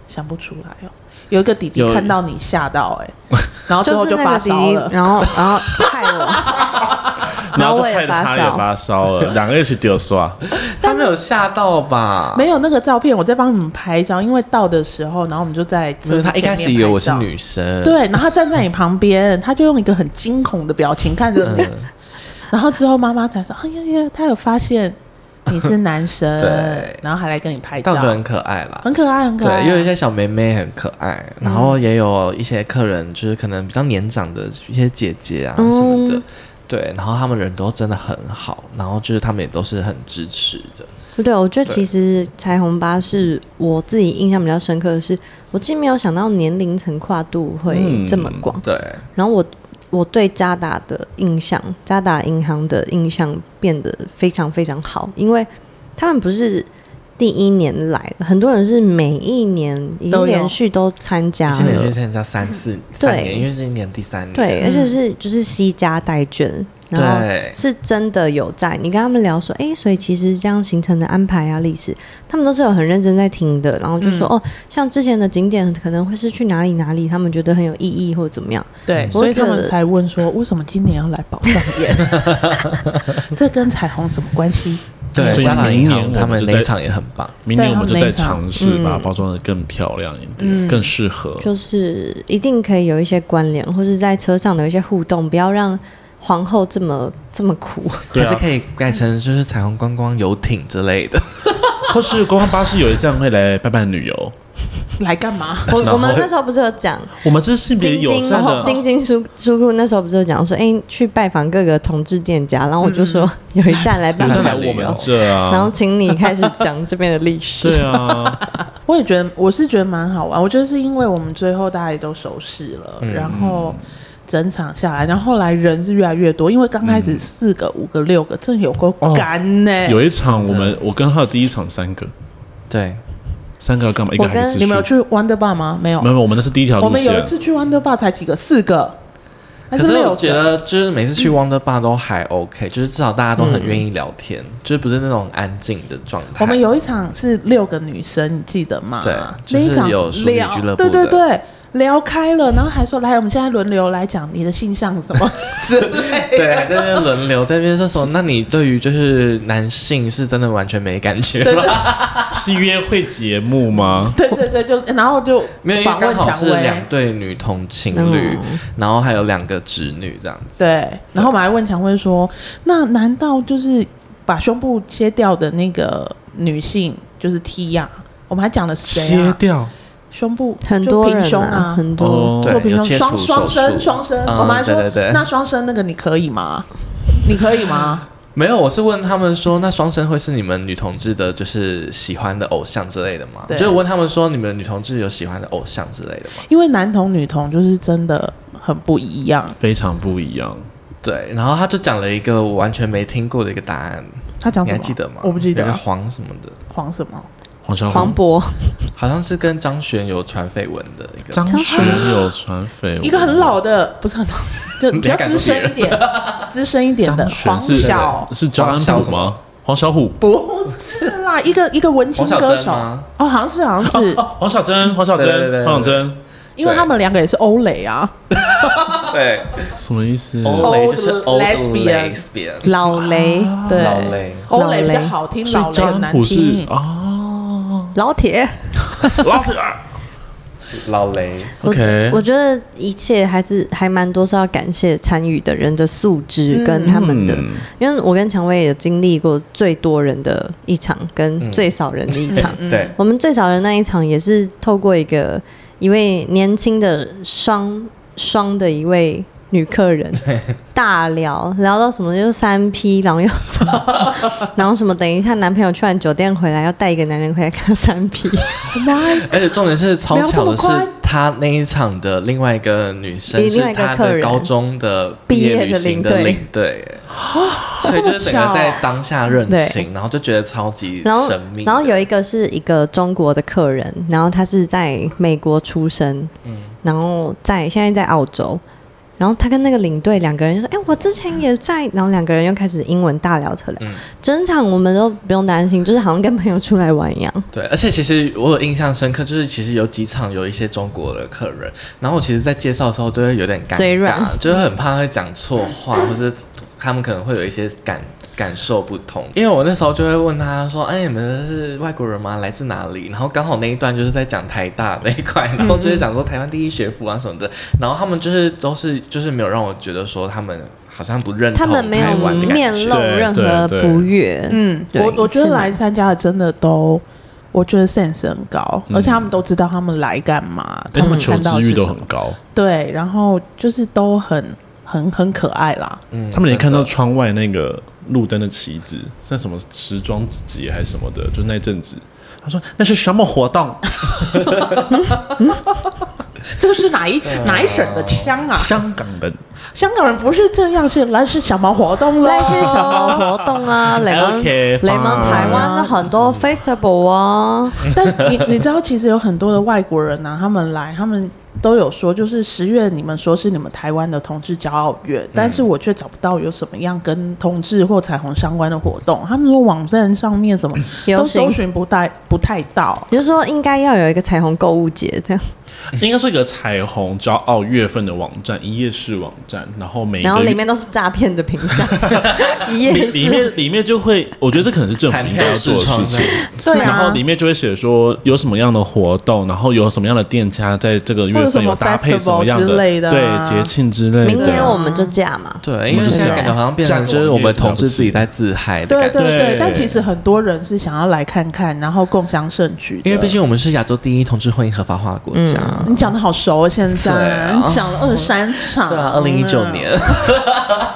Speaker 3: 想不出来哦。有一个弟弟
Speaker 2: 有
Speaker 3: 看到你吓到哎、 然后最后
Speaker 4: 是那
Speaker 3: 发
Speaker 4: 个弟
Speaker 3: 烧
Speaker 4: 弟
Speaker 3: 了，，
Speaker 4: 然后然后害我，
Speaker 2: 然后就
Speaker 4: 我
Speaker 2: 害
Speaker 4: 也
Speaker 2: 得他
Speaker 4: 发
Speaker 2: 也
Speaker 4: 烧，
Speaker 2: 发烧了，两个人一起丢刷。
Speaker 5: 他们有吓到吧？
Speaker 3: 没有那个照片，我在帮你们拍照，因为到的时候，然后我们就在车
Speaker 5: 没有，
Speaker 3: 子
Speaker 5: 嗯他一开
Speaker 3: 前
Speaker 5: 始以
Speaker 3: 面
Speaker 5: 为
Speaker 3: 拍
Speaker 5: 我是
Speaker 3: 照，
Speaker 5: 女生，
Speaker 3: 对，然后他站在你旁边，他就用一个很惊恐的表情看着你，
Speaker 5: 嗯，
Speaker 3: 然后之后妈妈才说：“哎呀呀，他有发现你是男生，
Speaker 5: 对
Speaker 3: 然后还来跟你拍
Speaker 5: 但
Speaker 3: 照
Speaker 5: 我，觉得很可爱啦。
Speaker 3: 很可爱，很可爱。”
Speaker 5: 对，又有一些小妹妹很可爱，然后也有一些客人就是可能比较年长的一些姐姐啊什么的，
Speaker 4: 嗯
Speaker 5: 对，然后他们人都真的很好，然后就是他们也都是很支持的，
Speaker 4: 不 对，我觉得
Speaker 5: 对
Speaker 4: 其实彩虹巴士我自己印象比较深刻的是，我竟没有想到年龄层跨度会
Speaker 2: 嗯
Speaker 4: 这么广。
Speaker 5: 对，
Speaker 4: 然后我我对渣打的印象，渣打银行的印象变得非常非常好，因为他们不是第一年来的，很多人是每一年已
Speaker 3: 都有
Speaker 4: 经连续都参加
Speaker 5: 现在也去
Speaker 4: 了，
Speaker 5: 参加三四三
Speaker 4: 对
Speaker 5: 年，因为是今年第三年，
Speaker 4: 对，而且是就是惜家带卷，然后
Speaker 5: 对，
Speaker 4: 是真的有在。你跟他们聊说，哎、所以其实这样行程的安排啊、历史，他们都是有很认真在听的。然后就说，哦，像之前的景点可能会是去哪里哪里，他们觉得很有意义或者怎么样。
Speaker 3: 对，
Speaker 2: 嗯
Speaker 4: 我
Speaker 3: 所以
Speaker 4: 觉
Speaker 3: 他们
Speaker 4: 得
Speaker 3: 才问说，为什么今年要来宝藏 岩？这跟彩虹什么关系？
Speaker 5: 对
Speaker 2: 所以
Speaker 5: 渣打
Speaker 2: 明
Speaker 5: 银
Speaker 2: 年
Speaker 5: 行
Speaker 2: 我
Speaker 5: 他
Speaker 2: 们
Speaker 5: 们
Speaker 2: 就
Speaker 5: 那
Speaker 2: 在
Speaker 5: 一场也很棒，
Speaker 2: 明年我们就再
Speaker 3: 对他们
Speaker 2: 尝试把它
Speaker 4: 嗯
Speaker 2: 包装的更漂亮一点，更适合。
Speaker 4: 就是一定可以有一些关联，或是在车上的一些互动，不要让皇后这么这么苦。
Speaker 2: 对
Speaker 5: 还
Speaker 2: 啊
Speaker 5: 是可以改成就是彩虹观光游艇之类的，
Speaker 2: 或是观光巴士有一站会来伴伴旅游，
Speaker 3: 来干嘛？
Speaker 4: 我我们那时候不是有讲，
Speaker 2: 我们是性别
Speaker 4: 晶
Speaker 2: 友
Speaker 4: 晶
Speaker 2: 善的，
Speaker 4: 晶晶书书库那时候不是有讲说，哎、去拜访各个同志店家，然后我就说、 有一站来拜
Speaker 2: 友
Speaker 4: 访
Speaker 2: 善
Speaker 5: 有
Speaker 2: 来
Speaker 5: 一站
Speaker 2: 我们这
Speaker 4: 然后
Speaker 2: 啊，
Speaker 4: 请你开始讲这边的历 史。
Speaker 2: 对 啊，
Speaker 3: 我也觉得，我是觉得蛮好玩。我觉得是因为我们最后大家也都熟识了，
Speaker 2: 嗯
Speaker 3: 然后整场下来，然后后来人是越来越多，因为刚开始四个、五个、六个，真的有够
Speaker 2: 嗯哦
Speaker 3: 干呢、
Speaker 2: 有一场我们我跟他的第一场三个，
Speaker 5: 对，
Speaker 2: 三个要干嘛？一
Speaker 4: 我
Speaker 2: 个
Speaker 4: 跟
Speaker 2: 还是
Speaker 3: 你
Speaker 2: 吃
Speaker 3: 们有
Speaker 2: 素
Speaker 3: 去 Wonder Bar 吗？没有，
Speaker 2: 没有，没有我们那是第一条
Speaker 3: 我
Speaker 2: 路
Speaker 3: 们有一
Speaker 2: 线。
Speaker 3: 次去 Wonder Bar 才几个，四个，还
Speaker 5: 可是
Speaker 3: 六
Speaker 5: 我
Speaker 3: 个
Speaker 5: 觉得，就是每次去 Wonder Bar 都还 OK，就是至少大家都很愿意聊天，就是不是那种安静的状态。
Speaker 3: 我们有一场是六个女生，你记得吗？
Speaker 5: 对
Speaker 3: 那一场
Speaker 5: 就是有淑女
Speaker 3: 聊
Speaker 5: 俱乐，部
Speaker 3: 对
Speaker 5: 的
Speaker 3: 对对，聊开了，然后还说来，我们现在轮流来讲你的性向什 么之类的。
Speaker 5: 对，还在那边轮流，在那边说什么？那你对于就是男性是真的完全没感觉
Speaker 3: 对
Speaker 5: 了？
Speaker 2: 是约会节目吗？
Speaker 3: 对对对，就然后就
Speaker 5: 没有，因为
Speaker 3: 访
Speaker 5: 刚
Speaker 3: 问
Speaker 5: 好
Speaker 3: 蔷
Speaker 5: 是两
Speaker 3: 薇，
Speaker 5: 对女同情侣，然后还有两个侄女这样子。
Speaker 3: 对，然后我们还问蔷薇说，那难道就是把胸部切掉的那个女性就是 T 呀？我们还讲了谁
Speaker 2: 切
Speaker 3: 啊？
Speaker 2: 掉
Speaker 3: 胸部
Speaker 4: 很
Speaker 3: 就
Speaker 4: 多
Speaker 3: 平
Speaker 4: 人
Speaker 3: 胸
Speaker 4: 啊，
Speaker 3: 啊，
Speaker 4: 很多、
Speaker 2: 哦，
Speaker 5: 对
Speaker 3: 做平
Speaker 5: 有
Speaker 3: 胸
Speaker 5: 切
Speaker 3: 双
Speaker 5: 除
Speaker 3: 双
Speaker 5: 手术
Speaker 3: 生双生，
Speaker 5: 嗯
Speaker 3: 我们还说
Speaker 5: 对对对
Speaker 3: 那双生那个你可以吗？你可以吗？
Speaker 5: 没有，我是问他们说，那双生会是你们女同志的，就是喜欢的偶像之类的吗？
Speaker 3: 对
Speaker 5: 就是问他们说，你们女同志有喜欢的偶像之类的吗？
Speaker 3: 因为男童女童就是真的很不一样。
Speaker 2: 非常不一样。
Speaker 5: 对，然后他就讲了一个我完全没听过的一个答案，
Speaker 3: 他讲
Speaker 5: 你
Speaker 3: 什
Speaker 5: 还
Speaker 3: 么？
Speaker 5: 记得吗？
Speaker 3: 我不记得
Speaker 5: 有个黄什么的，
Speaker 3: 黄什么？
Speaker 2: 黄小
Speaker 4: 黄渤，
Speaker 5: 好像是跟张悬有传绯闻的一个。
Speaker 2: 张学友传绯闻，
Speaker 3: 一个很老的，不是很老， 就比较资深一点，资深一点的
Speaker 2: 张
Speaker 3: 黄
Speaker 2: 悬是
Speaker 3: 小，
Speaker 2: 是张
Speaker 5: 黄小
Speaker 2: 安
Speaker 5: 什
Speaker 2: 虎
Speaker 5: 么
Speaker 2: 吗？黄小虎，
Speaker 3: 不是啦，一个一个文青
Speaker 5: 黄小
Speaker 3: 歌
Speaker 5: 珍
Speaker 3: 手
Speaker 5: 吗
Speaker 3: 哦，好像是好 像是，
Speaker 2: 黄小珍，黄小
Speaker 5: 对对对对
Speaker 2: 珍，黄小珍，
Speaker 3: 因为他们两个也是欧蕾啊，
Speaker 5: 对
Speaker 2: 什么意思？
Speaker 3: 哦
Speaker 5: 欧蕾就是
Speaker 3: Old
Speaker 5: old
Speaker 3: lesbian
Speaker 5: lesbian，
Speaker 4: 老雷、
Speaker 3: 对
Speaker 5: 老雷，
Speaker 3: 欧蕾比较
Speaker 4: 老雷
Speaker 3: 好听，
Speaker 2: 所
Speaker 3: 老
Speaker 2: 以
Speaker 3: 蕾
Speaker 2: 张
Speaker 3: 很
Speaker 2: 安
Speaker 3: 难
Speaker 2: 虎是
Speaker 3: 听。
Speaker 2: 哦，
Speaker 4: 老铁。
Speaker 2: 老铁
Speaker 5: 老雷，
Speaker 2: ，OK，
Speaker 4: 我觉得一切还是还蛮多是要感谢参与的人的素质跟他们的，
Speaker 2: 嗯
Speaker 4: 因为我跟蔷薇也经历过最多人的 一场跟最少人的一场。嗯
Speaker 5: 对
Speaker 4: 我们最少人那一场也是透过一个一位年轻的双双的一位女客人大聊，聊到什么就是三 P，然后又 然后什么，等一下男朋友去完酒店回来要带一个男人回来看三 P，
Speaker 2: ，Oh
Speaker 3: 妈呀，
Speaker 5: 而且重点是超
Speaker 3: 聊这
Speaker 5: 巧的
Speaker 3: 么
Speaker 5: 是
Speaker 3: 快，
Speaker 5: 她那一场的另外一个女生
Speaker 4: 另
Speaker 5: 是
Speaker 4: 外一个
Speaker 5: 她
Speaker 4: 客
Speaker 5: 的
Speaker 4: 人
Speaker 5: 高中的
Speaker 4: 毕
Speaker 5: 业
Speaker 4: 业
Speaker 5: 旅
Speaker 4: 的
Speaker 5: 行
Speaker 4: 领
Speaker 5: 的
Speaker 4: 队哦
Speaker 5: 领队，所以
Speaker 3: 这
Speaker 5: 就
Speaker 3: 么
Speaker 5: 是整个
Speaker 3: 巧
Speaker 5: 在当下认
Speaker 3: 对
Speaker 5: 情，然后就觉得超级
Speaker 4: 然后
Speaker 5: 神秘的。
Speaker 4: 然后有一个是一个中国的客人，然后他是在美国出生，然后在现在在澳洲。然后他跟那个领队两个人就说：“哎、我之前也在。”然后两个人又开始英文大聊特聊。
Speaker 5: 嗯
Speaker 4: 整场我们都不用担心，就是好像跟朋友出来玩一样。
Speaker 5: 对，而且其实我有印象深刻，就是其实有几场有一些中国的客人，然后我其实，在介绍的时候都会有点尴
Speaker 4: 嘴
Speaker 5: 尬，
Speaker 4: 软
Speaker 5: 就是很怕会讲错话，或者他们可能会有一些感感受不同。因为我那时候就会问他说：“哎，你们是外国人吗？来自哪里？”然后刚好那一段就是在讲台大那一块，然后
Speaker 4: 嗯
Speaker 5: 就是讲说台湾第一学府啊什么的，然后他们就是都是就是没有让我觉得说他们好像不认
Speaker 4: 他
Speaker 5: 同
Speaker 4: 们没
Speaker 5: 台
Speaker 4: 有
Speaker 5: 湾的感
Speaker 4: 面
Speaker 5: 觉。
Speaker 4: 露任何
Speaker 2: 对对对
Speaker 4: 不悦。
Speaker 3: 嗯，
Speaker 4: 对
Speaker 3: 我我觉得
Speaker 4: 是吗
Speaker 3: 来参加的真的都，我觉得 sense 很高，
Speaker 2: 嗯
Speaker 3: 而且他们都知道他们来干嘛，
Speaker 2: 哎，他们求
Speaker 3: 看
Speaker 2: 知
Speaker 3: 到
Speaker 2: 欲
Speaker 3: 是
Speaker 2: 都
Speaker 3: 什
Speaker 2: 很
Speaker 3: 么，
Speaker 2: 高，
Speaker 3: 对，然后就是都很很很可爱啦，
Speaker 5: 嗯
Speaker 2: 他们连看到
Speaker 5: 真的
Speaker 2: 窗外那个路灯的旗子，像什么时装节还是什么的，就那一阵子，他说那是什么活 动？
Speaker 3: 这是哪一哪一省的枪啊？
Speaker 2: 香港人
Speaker 3: 香港人不是这样，是来是小毛活动了
Speaker 4: 那些什么活动啊，雷蒙
Speaker 2: Okay, fine
Speaker 4: 雷蒙台湾的啊很多 festival 啊，
Speaker 3: 但你你知道，其实有很多的外国人呐、啊他们来，他们都有说，就是十月你们说是你们台湾的同志骄傲月，但是我却找不到有什么样跟同志或彩虹相关的活动。他们说网站上面什么
Speaker 4: 游
Speaker 3: 都
Speaker 4: 行
Speaker 3: 搜寻不太不太到。
Speaker 4: 你就说应该要有一个彩虹购物节这样，
Speaker 2: 应该是一个彩虹骄傲月份的网站，一页式网站，然后每
Speaker 4: 然后
Speaker 2: 个
Speaker 4: 里
Speaker 2: 月
Speaker 4: 面都是诈骗的品相，一
Speaker 2: 里
Speaker 4: 夜
Speaker 2: 里面里面就会，我觉得这可能是政府
Speaker 5: 含
Speaker 2: 应该
Speaker 5: 票
Speaker 2: 要
Speaker 5: 视
Speaker 2: 做的
Speaker 5: 窗
Speaker 2: 事
Speaker 5: 这
Speaker 2: 情
Speaker 5: 样。
Speaker 3: 对啊，
Speaker 2: 然后里面就会写说有什么样的活动，然后有什么样的店家在这个
Speaker 3: 或
Speaker 2: 月
Speaker 3: 者什
Speaker 2: 份
Speaker 3: 么
Speaker 2: 有搭配什么样
Speaker 3: festival 之类的啊
Speaker 2: 对节庆之类的。
Speaker 4: 明年我们就嫁嘛，
Speaker 5: 对，
Speaker 2: 我
Speaker 5: 因
Speaker 2: 们
Speaker 5: 为
Speaker 2: 就
Speaker 5: 现在
Speaker 2: 想
Speaker 5: 感觉好像变成就是我们同志自己在自嗨的
Speaker 3: 对
Speaker 5: 感觉
Speaker 3: 对。对
Speaker 2: 对，
Speaker 3: 但其实很多人是想要来看看，然后共享盛举的。
Speaker 5: 因为毕竟我们是亚洲第一同志婚姻合法化的国家。
Speaker 3: 你讲的好熟哦，现在、
Speaker 5: 对啊
Speaker 3: 你讲了二三场，嗯
Speaker 5: 对啊，二零一九，年，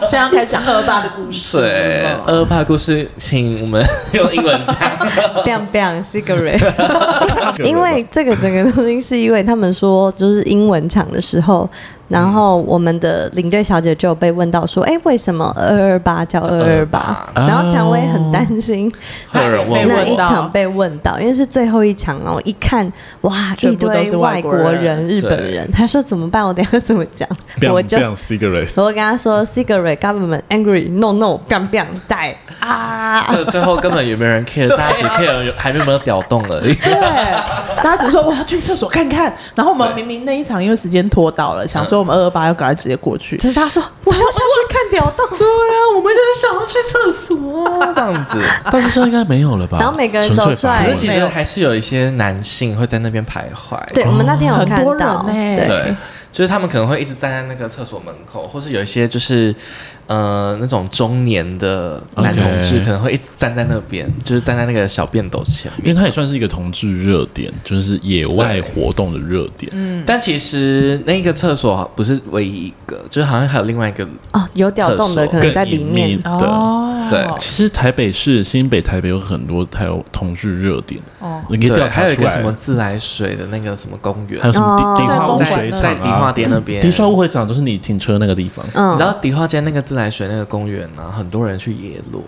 Speaker 3: 现在要开始讲二八的故事了。
Speaker 5: 对，二二八故事，请我们用英文 讲。
Speaker 4: biang biang cigarette。因为这个整个东西是因为他们说就是英文场的时候，然后我们的领队小姐就有被问到说，哎、为什么二二八叫二二八？
Speaker 2: 228
Speaker 4: 然后蔷薇很担心
Speaker 5: 会有人问
Speaker 3: 被
Speaker 4: 那
Speaker 5: 我
Speaker 4: 一
Speaker 3: 问到
Speaker 4: 场被问到，因为是最后一场，然后一看哇，
Speaker 3: 全
Speaker 4: 一
Speaker 3: 部都
Speaker 4: 堆
Speaker 3: 是
Speaker 4: 外
Speaker 3: 外
Speaker 4: 国
Speaker 3: 国
Speaker 4: 人、
Speaker 3: 人
Speaker 4: 日本人，他说怎么办？我等一下怎么讲？我就。
Speaker 2: cigarette，
Speaker 4: 我跟他说，cigarette government angry no no biang biang die 啊！
Speaker 5: 就最后根本也没人 care，大家只 care 有还有没有屌动而 已。
Speaker 3: 对，大家只说我要去厕所看看，然后我们明明那一场因为时间拖到了，想说我们二二八要赶快直接过去。
Speaker 4: 只是他说我要下去看表动，
Speaker 5: 对啊，我们就是想要去厕所啊这样子。
Speaker 2: 但是现在应该没有了吧？
Speaker 4: 然后每个人
Speaker 2: 纯粹
Speaker 4: 走出
Speaker 2: 法
Speaker 4: 来
Speaker 5: 可
Speaker 2: 国
Speaker 5: 是其实还是有一些男性会在那边徘徊。
Speaker 4: 对我们那天有
Speaker 3: 哦很
Speaker 4: 看
Speaker 3: 多人
Speaker 4: 到，
Speaker 3: 欸
Speaker 4: 对，
Speaker 5: 对，就是他们可能会一直站在那个厕所门口，或是有一些就是呃那种中年的男同志
Speaker 2: OK
Speaker 5: 可能会一直站在那边，就是站在那个小便斗前面。
Speaker 2: 因为它也算是一个同志热点，就是野外活动的热点。
Speaker 4: 嗯
Speaker 5: 但其实那个厕所不是唯一一个，就是好像还有另外一个，
Speaker 4: 哦，有屌动的可能在里面。
Speaker 2: 的。
Speaker 3: 哦，
Speaker 5: 对
Speaker 2: 其实台北市、新北、台北有很多台同志热点，
Speaker 3: 哦，
Speaker 2: 你可以调
Speaker 5: 对，
Speaker 2: 查出来。
Speaker 5: 还有一个什么自来水的那个什么公园
Speaker 2: 还有，什么
Speaker 4: 哦
Speaker 2: 迪迪
Speaker 3: 在
Speaker 2: 化污
Speaker 3: 公
Speaker 2: 水
Speaker 3: 馆
Speaker 2: 厂、啊、
Speaker 3: 那
Speaker 5: 在迪化街那边
Speaker 2: 迪化污水厂就是你停车那个地方。
Speaker 5: 你
Speaker 4: 嗯
Speaker 5: 知，道迪化街那个自来水那个公园呢、很多人去野裸，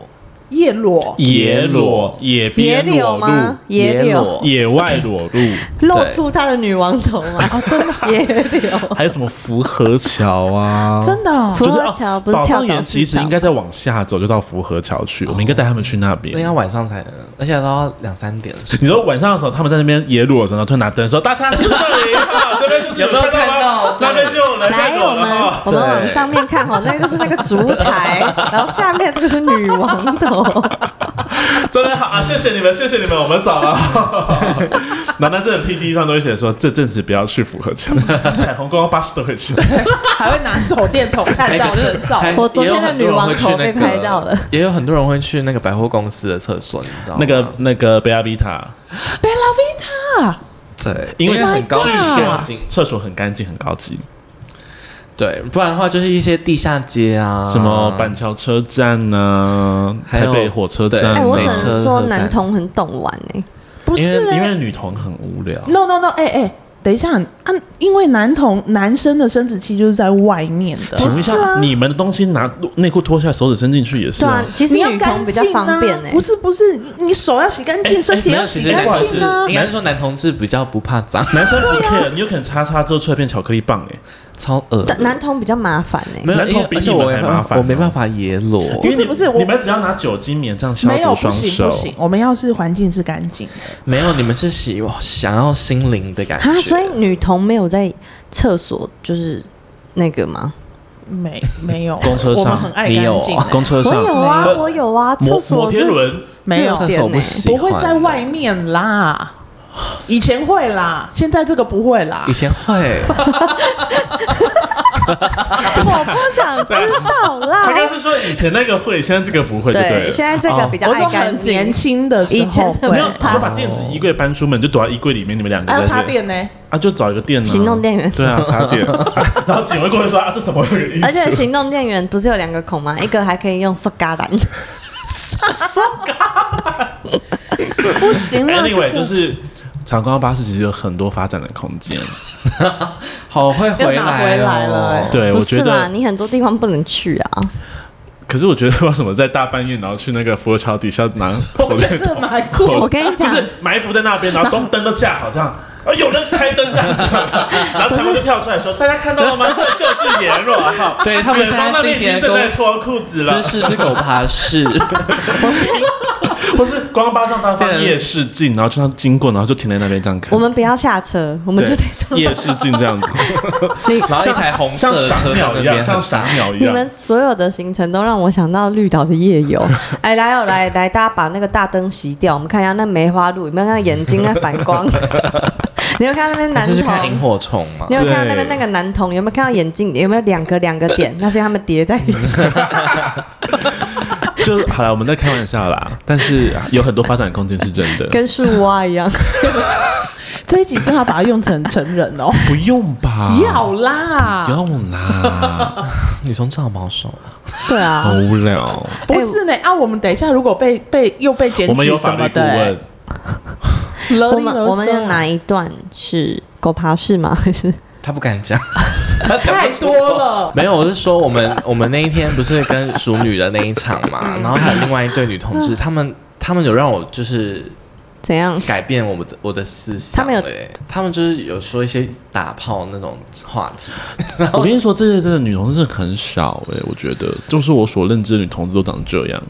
Speaker 3: 叶落
Speaker 2: 野裸、野
Speaker 4: 野
Speaker 2: 边
Speaker 4: 柳
Speaker 2: 裸
Speaker 4: 吗？
Speaker 2: 露、
Speaker 4: 野柳
Speaker 5: 柳
Speaker 2: 野外裸 露，
Speaker 4: 露出他的女王头吗？哦，真的 野柳。
Speaker 2: 还有什么福河桥啊？
Speaker 3: 真的哦
Speaker 4: 福
Speaker 2: 就是
Speaker 4: 和
Speaker 2: 哦
Speaker 4: 桥不是
Speaker 2: 宝
Speaker 4: 跳
Speaker 2: 藏
Speaker 4: 蚤
Speaker 2: 园
Speaker 4: 市
Speaker 2: 其实
Speaker 4: 场
Speaker 2: 应？该再往下走，就到福河桥去。我们应该带他们去那
Speaker 5: 那要
Speaker 2: 边。
Speaker 5: 晚上才能，而且都要两三点的时候。
Speaker 2: 你说晚上的时候，他们在那边野裸的时候，然后突然拿灯说：“大家去这里，啊这边就是
Speaker 5: 有没有看到
Speaker 2: 那边就有人在
Speaker 4: 来，
Speaker 2: 裸
Speaker 4: 我
Speaker 2: 了啊
Speaker 4: 们
Speaker 2: 哈。
Speaker 4: 我们往上面看， 好，那个就是那个烛台，然后下面这个是女王头，
Speaker 2: 嗯真的好啊！谢谢你们，谢谢你们，我们走 了。南南镇的 P D 上都会写说，这阵子不要去福和桥， 彩虹光巴士都会去。
Speaker 3: 还会拿手电筒 看到这个照
Speaker 5: 还
Speaker 4: 我昨天
Speaker 5: 也有
Speaker 4: 的
Speaker 5: 很多人
Speaker 4: 女王
Speaker 5: 会去
Speaker 4: 头
Speaker 5: 那
Speaker 4: 被
Speaker 5: 个
Speaker 4: 拍到了，
Speaker 5: 也有很多人会去那个百货公司的厕所，你知道吗
Speaker 2: 那个那个贝亚比塔，
Speaker 3: ，Bella Vita，
Speaker 5: 对，
Speaker 2: 因为
Speaker 5: 很高
Speaker 3: Oh
Speaker 5: 级
Speaker 3: my god
Speaker 5: 环境，
Speaker 2: 厕所很干净，很高级，
Speaker 5: 对，不然的话就是一些地下街啊，
Speaker 2: 什么板桥车站呐、
Speaker 5: 还
Speaker 2: 台
Speaker 5: 有
Speaker 2: 北火车
Speaker 5: 对
Speaker 2: 站、
Speaker 4: 哎、
Speaker 2: 啊，
Speaker 4: 我只
Speaker 5: 没错
Speaker 4: 能说男童很懂玩哎、啊
Speaker 3: 不
Speaker 5: 因为
Speaker 3: 是、欸、
Speaker 2: 因为女童很无聊。
Speaker 3: no no no，哎、哎、等一下啊，因为男童男生的生殖器就是在外面的，
Speaker 2: 请问一
Speaker 4: 不是
Speaker 2: 下，
Speaker 4: 啊
Speaker 2: 你们的东西拿内裤脱下来，手指伸进去也是
Speaker 4: 对
Speaker 2: 啊
Speaker 4: 啊，，其实
Speaker 3: 你要
Speaker 4: 女
Speaker 3: 干
Speaker 4: 童比较
Speaker 3: 净
Speaker 4: 方
Speaker 3: 啊
Speaker 4: 便哎、
Speaker 3: 不是不是，你你手要洗干
Speaker 2: 哎
Speaker 3: 净，身体
Speaker 5: 没
Speaker 3: 要
Speaker 5: 有，其
Speaker 3: 洗
Speaker 5: 实
Speaker 3: 干
Speaker 5: 男
Speaker 3: 净啊
Speaker 5: 是，应该是说男同志比较不怕脏，
Speaker 2: 男生不 care，你有可能擦擦之后出来变巧克力棒哎、
Speaker 5: 超恶
Speaker 4: 但男童比较麻烦哎、
Speaker 5: 没有，
Speaker 2: 男
Speaker 5: 因
Speaker 2: 同
Speaker 5: 为
Speaker 2: 比
Speaker 5: 而且
Speaker 2: 你们
Speaker 5: 我没
Speaker 2: 还
Speaker 5: 办
Speaker 2: 麻
Speaker 5: 法，
Speaker 2: 烦
Speaker 5: 我没
Speaker 2: 哦
Speaker 5: 办法野裸，
Speaker 2: 因
Speaker 3: 不是
Speaker 2: 为你
Speaker 3: 不是我
Speaker 2: 你们只要拿酒精棉这样消
Speaker 3: 没有
Speaker 2: 毒
Speaker 3: 不
Speaker 2: 双
Speaker 3: 行
Speaker 2: 手
Speaker 3: 不，行，我们要是环境是干净的，
Speaker 5: 没有，你们是喜想要心灵的感
Speaker 4: 啊，
Speaker 5: 觉，
Speaker 4: 所以女童没有在厕所就是那个吗？
Speaker 3: 没没有，啊
Speaker 2: 公车上
Speaker 3: 我们很爱干
Speaker 5: 啊你有
Speaker 3: 净、
Speaker 5: 哦
Speaker 2: 公车
Speaker 4: 我
Speaker 2: 上
Speaker 4: 有啊
Speaker 2: 没，
Speaker 4: 我有啊，厕
Speaker 2: 摩
Speaker 4: 所
Speaker 2: 摩
Speaker 4: 是
Speaker 2: 天轮，
Speaker 3: 没有
Speaker 5: 厕
Speaker 4: 点
Speaker 5: 所
Speaker 4: 欸
Speaker 5: 不喜
Speaker 3: 不
Speaker 5: 欢，
Speaker 3: 会
Speaker 2: 啊
Speaker 3: 在外面啦，以前会啦，现在这个不会啦
Speaker 5: 以。前会，
Speaker 4: 我不想知道
Speaker 3: 啊
Speaker 2: 他刚
Speaker 4: 啦。
Speaker 2: 刚是说以前那个会，现在这个不会就对
Speaker 4: 对，哦
Speaker 2: 了。
Speaker 4: 现在这个比较
Speaker 3: 我说
Speaker 4: 爱干
Speaker 3: 很年
Speaker 4: 净。
Speaker 3: 轻的时候
Speaker 4: 以前的
Speaker 2: 没有，
Speaker 3: 会
Speaker 4: 很
Speaker 2: 你，
Speaker 4: 怕
Speaker 2: 就把电子衣柜搬出门，就躲在衣柜里面，你们两个
Speaker 3: 还要
Speaker 2: 在
Speaker 3: 插
Speaker 2: 这
Speaker 3: 电呢。
Speaker 2: 啊，就找一个电呢，
Speaker 4: 行动电源
Speaker 2: 对啊，插 电。然后警卫过来说啊，这怎么会有一
Speaker 4: 而且行动电源不是有两个孔 吗？一个还可以用塑胶篮，
Speaker 3: 不行啦，
Speaker 2: anyway
Speaker 3: 啊这个
Speaker 2: 就是。长光巴士其实有很多发展的空间，
Speaker 3: 哦
Speaker 5: 好会
Speaker 3: 又
Speaker 5: 回
Speaker 3: 拿
Speaker 5: 来
Speaker 3: 回来了
Speaker 5: 哦
Speaker 3: 欸。
Speaker 2: 对
Speaker 4: 不
Speaker 2: 我
Speaker 4: 是
Speaker 2: 觉
Speaker 4: 啦，
Speaker 2: 得。
Speaker 4: 你很多地方不能去啊。
Speaker 2: 可是我觉得为什么在大半夜然后去那个浮桥底下拿手
Speaker 3: 我觉得
Speaker 2: 电
Speaker 3: 这
Speaker 2: 筒，
Speaker 3: 蛮 酷的
Speaker 4: 我跟你
Speaker 2: 就
Speaker 4: 讲，
Speaker 2: 是埋伏在那边，然后灯灯都架好这样，啊有人开灯这样 子，然后长官就跳出来说：“大家看到了吗？这就是颜若浩，
Speaker 5: 对他们
Speaker 2: 远方那边已
Speaker 5: 现在
Speaker 2: 经
Speaker 5: 进行
Speaker 2: 正在脱裤子了
Speaker 5: 姿，势是狗爬式，
Speaker 2: 不是光巴上当放夜视镜，然后就这样经过，然后就停在那边这样看。
Speaker 4: 我们不要下车，我们
Speaker 2: 对
Speaker 4: 就在说
Speaker 2: 夜视镜这样 子，
Speaker 5: 然后一台红色
Speaker 2: 像
Speaker 5: 的
Speaker 2: 赏
Speaker 5: 车
Speaker 2: 鸟
Speaker 5: 在那
Speaker 2: 一样，
Speaker 5: 边
Speaker 2: 像赏鸟一
Speaker 4: 你
Speaker 2: 样。
Speaker 4: 们所有的行程都让我想到绿岛的夜 游。哎，来哦，来来，大家把那个大灯熄掉，我们看一下那梅花鹿有没有看到眼睛在反 光？你有看到那边
Speaker 5: 你
Speaker 4: 男
Speaker 5: 是去看萤
Speaker 4: 童？
Speaker 5: 火虫吗
Speaker 4: 你？有没有看到那边
Speaker 2: 对
Speaker 4: 那个男童？有没有看到眼睛？有没有两个两个点？那是因为他们叠在一 起。
Speaker 2: 就好了，我们在开玩笑啦。但是有很多发展空间是真的，
Speaker 4: 跟树蛙一 样。
Speaker 3: 这一集正好把它用成成 人哦。
Speaker 2: 不用吧？
Speaker 3: 要啦，
Speaker 2: 用啦，
Speaker 5: 女同志好保守啊，
Speaker 4: 对啊
Speaker 2: 好，无聊。
Speaker 3: 不是呢啊！我们等一下如果被被又被检
Speaker 2: 哎我们有
Speaker 3: 举
Speaker 2: 法
Speaker 3: 什
Speaker 2: 律
Speaker 3: 么
Speaker 2: 顾
Speaker 3: 的欸
Speaker 2: 问，，
Speaker 3: 勒
Speaker 4: 我
Speaker 3: 里
Speaker 4: 们
Speaker 3: 勒
Speaker 4: 我们
Speaker 3: 瑟
Speaker 4: 有哪一段是狗爬式吗？还是
Speaker 5: 他不敢讲。
Speaker 3: 太多了。
Speaker 5: 没有，我是说我们 我们那一天不是跟熟女的那一场
Speaker 4: 嗯
Speaker 5: 嘛，然后还有另外一对女同志，她们她们有让我就是
Speaker 4: 怎样？
Speaker 5: 改变我们的我的思想、
Speaker 4: 她们有
Speaker 5: 欸，她们就是有说一些打炮那种话题，
Speaker 2: 我跟你说，这些真的女同志真的很少哎、我觉得，就是我所认知的女同志都长这样，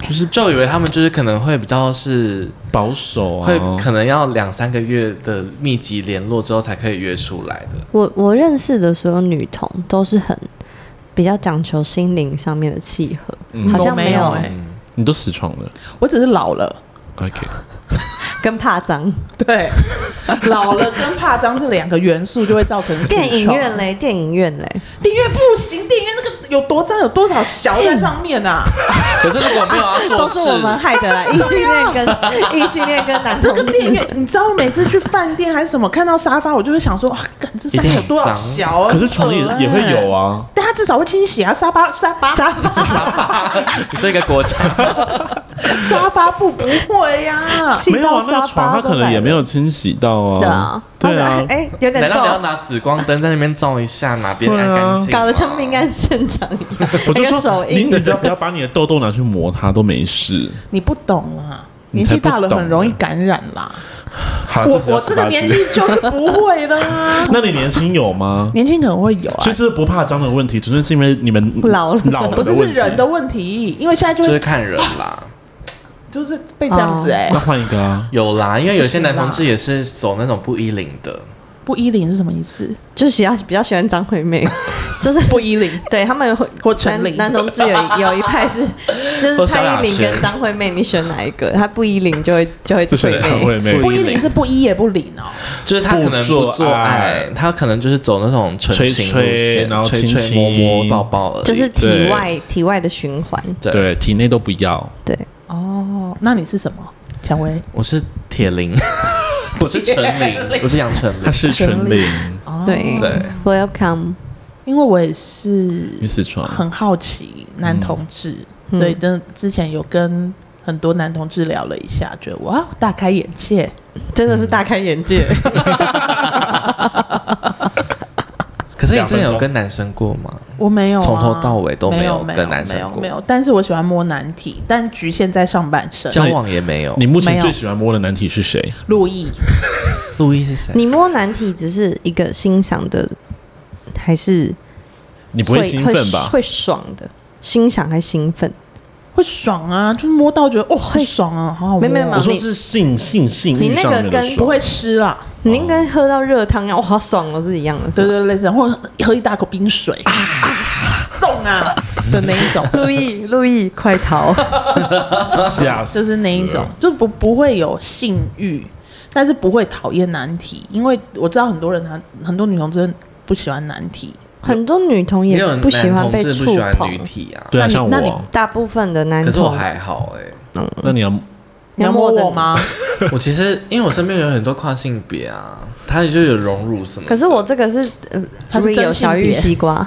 Speaker 5: 就是就以为她们就是可能会比较是
Speaker 2: 保守啊，
Speaker 5: 会可能要两三个月的密集联络之后才可以约出来的。
Speaker 4: 我我认识的所有女童都是很比较讲求心灵上面的契合，
Speaker 2: 嗯
Speaker 4: 好像
Speaker 3: 我没
Speaker 4: 没
Speaker 3: 有
Speaker 4: 有
Speaker 3: 欸
Speaker 2: 你都死床了
Speaker 3: 我只是老了，
Speaker 2: ，OK，
Speaker 4: 跟怕脏。
Speaker 3: 对，老了跟怕脏这两个元素就会造成死
Speaker 4: 电影
Speaker 3: 虫
Speaker 4: 院嘞，电影院嘞，
Speaker 3: 电影院不行，电影院那个有多脏，有多少小在上面 啊？
Speaker 5: 可是如果没有要做
Speaker 4: 都是
Speaker 5: 事，
Speaker 4: 我们害的 啦。异性恋跟异性恋跟男
Speaker 3: 哎那
Speaker 4: 同
Speaker 3: 个电影
Speaker 4: 志，
Speaker 3: 院，你知道，每次去饭店还是什么，看到沙发，我就会想说，哇，啊干这上面有多少小啊？
Speaker 2: 可是床也
Speaker 3: 很恶
Speaker 2: 也会
Speaker 3: 欸
Speaker 2: 有啊，
Speaker 3: 但它至少会清洗啊，沙发沙发沙发
Speaker 5: 你说一个国家，
Speaker 3: 沙发布不会呀、
Speaker 4: 气
Speaker 2: 没有
Speaker 4: 到
Speaker 2: 啊，那
Speaker 4: 沙
Speaker 2: 个床
Speaker 4: 发
Speaker 2: 它
Speaker 4: 都
Speaker 2: 可能也没
Speaker 4: 有
Speaker 2: 有清洗到啊。
Speaker 4: 的啊。
Speaker 2: 对
Speaker 4: 他
Speaker 2: 啊
Speaker 4: 说，哎，有
Speaker 5: 难
Speaker 4: 点
Speaker 5: 道你要
Speaker 4: 重，
Speaker 5: 拿紫光灯在那边照一下哪边
Speaker 2: 对
Speaker 5: 干
Speaker 2: 啊
Speaker 5: 干净吗？
Speaker 4: 搞得像命案现场一样，
Speaker 2: 我就
Speaker 4: 那个
Speaker 2: 说
Speaker 4: 手
Speaker 2: 你
Speaker 4: 印
Speaker 2: 你只要不要把你的痘痘拿去磨它都没事。
Speaker 3: 你不懂啊，
Speaker 2: 你
Speaker 3: 年
Speaker 2: 才
Speaker 3: 纪大
Speaker 2: 不
Speaker 3: 了
Speaker 2: 懂
Speaker 3: 很容易感染啦。
Speaker 2: 好，
Speaker 3: 我
Speaker 2: 只要
Speaker 3: 我这个
Speaker 2: 18
Speaker 3: 年
Speaker 2: 只
Speaker 3: 纪，就是不会啦、
Speaker 2: 那你年轻有 吗？
Speaker 3: 年轻可能会有啊
Speaker 2: 所以，这是不怕脏的问题，纯粹是因为你们
Speaker 4: 老了
Speaker 2: 老
Speaker 3: 不
Speaker 2: 了
Speaker 3: 是
Speaker 2: 的
Speaker 3: 是
Speaker 2: 问题。
Speaker 3: 人的问题，因为现在就
Speaker 5: 就是是看人啦，
Speaker 3: 就是被这样子哎、
Speaker 2: 那换一个啊，
Speaker 5: 有啦，因为有些男同志也是走那种不依零的，
Speaker 3: 不依零是什么意思？
Speaker 4: 就是喜欢比较喜欢张惠妹，就是
Speaker 3: 不依零，
Speaker 4: 对他们会
Speaker 3: 或陈琳
Speaker 4: 男男同志有有一派是就
Speaker 5: 或
Speaker 4: 是
Speaker 5: 萧亚
Speaker 4: 蔡依林
Speaker 5: 轩
Speaker 4: 跟张惠妹，你选哪一个？他不依林就会就会
Speaker 2: 这是
Speaker 4: 退
Speaker 2: 常
Speaker 4: 妹。
Speaker 2: 会妹
Speaker 5: 不
Speaker 3: 不依
Speaker 5: 依
Speaker 3: 零
Speaker 5: 零
Speaker 3: 是不依也不领哦。
Speaker 5: 就是他可能不
Speaker 2: 不
Speaker 5: 做
Speaker 2: 做
Speaker 5: 爱
Speaker 2: 爱，
Speaker 5: 他可能就是走那种纯情路
Speaker 2: 吹吹
Speaker 5: 线，
Speaker 2: 然后
Speaker 5: 吹
Speaker 2: 亲
Speaker 5: 吹摸摸
Speaker 2: 亲
Speaker 5: 抱抱而已，
Speaker 4: 就是体
Speaker 2: 对
Speaker 4: 外体外的循环，
Speaker 5: 对
Speaker 2: 对体内都不要。
Speaker 4: 对，
Speaker 3: 哦，那你是什么？蔷薇，
Speaker 5: 我是铁林， 我是陈琳， 我是杨丞
Speaker 2: 他
Speaker 5: 琳，
Speaker 2: 是陈琳，
Speaker 3: 哦
Speaker 4: 对
Speaker 5: 对，
Speaker 4: ，Welcome，
Speaker 3: 因为我也是
Speaker 2: 你死床，
Speaker 3: 很好奇男同志，
Speaker 4: 嗯
Speaker 3: 所以真的之前有跟很多男同志聊了一下，觉得哇大开眼界，
Speaker 4: 真的是大开眼界。
Speaker 5: 可是你之前
Speaker 2: 两分
Speaker 5: 有
Speaker 2: 钟
Speaker 5: 跟男生过吗？
Speaker 3: 我没有啊、
Speaker 5: 从头到尾都
Speaker 3: 没
Speaker 5: 没有
Speaker 3: 没
Speaker 5: 跟男
Speaker 3: 没有
Speaker 5: 生过
Speaker 3: 没有，但是我喜欢摸男体，但局限在上半身。
Speaker 5: 交往也没有。
Speaker 2: 你目前
Speaker 3: 没有
Speaker 2: 最喜欢摸的男体是谁？
Speaker 3: 陆毅，
Speaker 5: 陆毅是谁？
Speaker 4: 你摸难题只是一个欣赏的，还是
Speaker 2: 你不
Speaker 4: 会
Speaker 2: 会兴奋吧？
Speaker 4: 会爽的，欣赏还兴奋？
Speaker 3: 会爽啊，就摸到觉得哦很爽啊，好好摸哦、
Speaker 4: 没没没
Speaker 2: 我说
Speaker 4: 你
Speaker 2: 是性性性
Speaker 4: 你
Speaker 2: 欲
Speaker 4: 那
Speaker 2: 上
Speaker 4: 个
Speaker 2: 面的
Speaker 4: 跟
Speaker 2: 爽，
Speaker 3: 不会湿啦，
Speaker 4: 你应该喝到热汤一样，哇，好爽哦，是一样的。
Speaker 3: 对
Speaker 4: 是吧
Speaker 3: 对，类似或者喝一大口冰水啊，送啊的那一种，
Speaker 4: 路易，路易，快逃！
Speaker 2: 吓死，
Speaker 3: 就是那一种，就不不会有性欲，但是不会讨厌难题，因为我知道很多人他很多女同志不喜欢难题，
Speaker 4: 很多女童
Speaker 5: 也
Speaker 4: 也
Speaker 5: 有
Speaker 4: 不喜
Speaker 5: 男
Speaker 4: 欢
Speaker 5: 同
Speaker 4: 被
Speaker 5: 志不
Speaker 4: 触
Speaker 5: 喜欢
Speaker 4: 碰
Speaker 5: 女，体啊，
Speaker 2: 对啊，
Speaker 3: 那你
Speaker 2: 像
Speaker 3: 那你
Speaker 2: 我，
Speaker 4: 大部分的男
Speaker 5: 可是我
Speaker 4: 童，
Speaker 5: 还好哎、
Speaker 2: 那你要
Speaker 3: 你要摸我？吗？
Speaker 5: 我其实因为我身边有很多跨性别啊，他就有融入什么的。
Speaker 4: 可是我这个是呃，
Speaker 3: 他是
Speaker 4: Rio
Speaker 3: 真性别
Speaker 4: 小玉西瓜，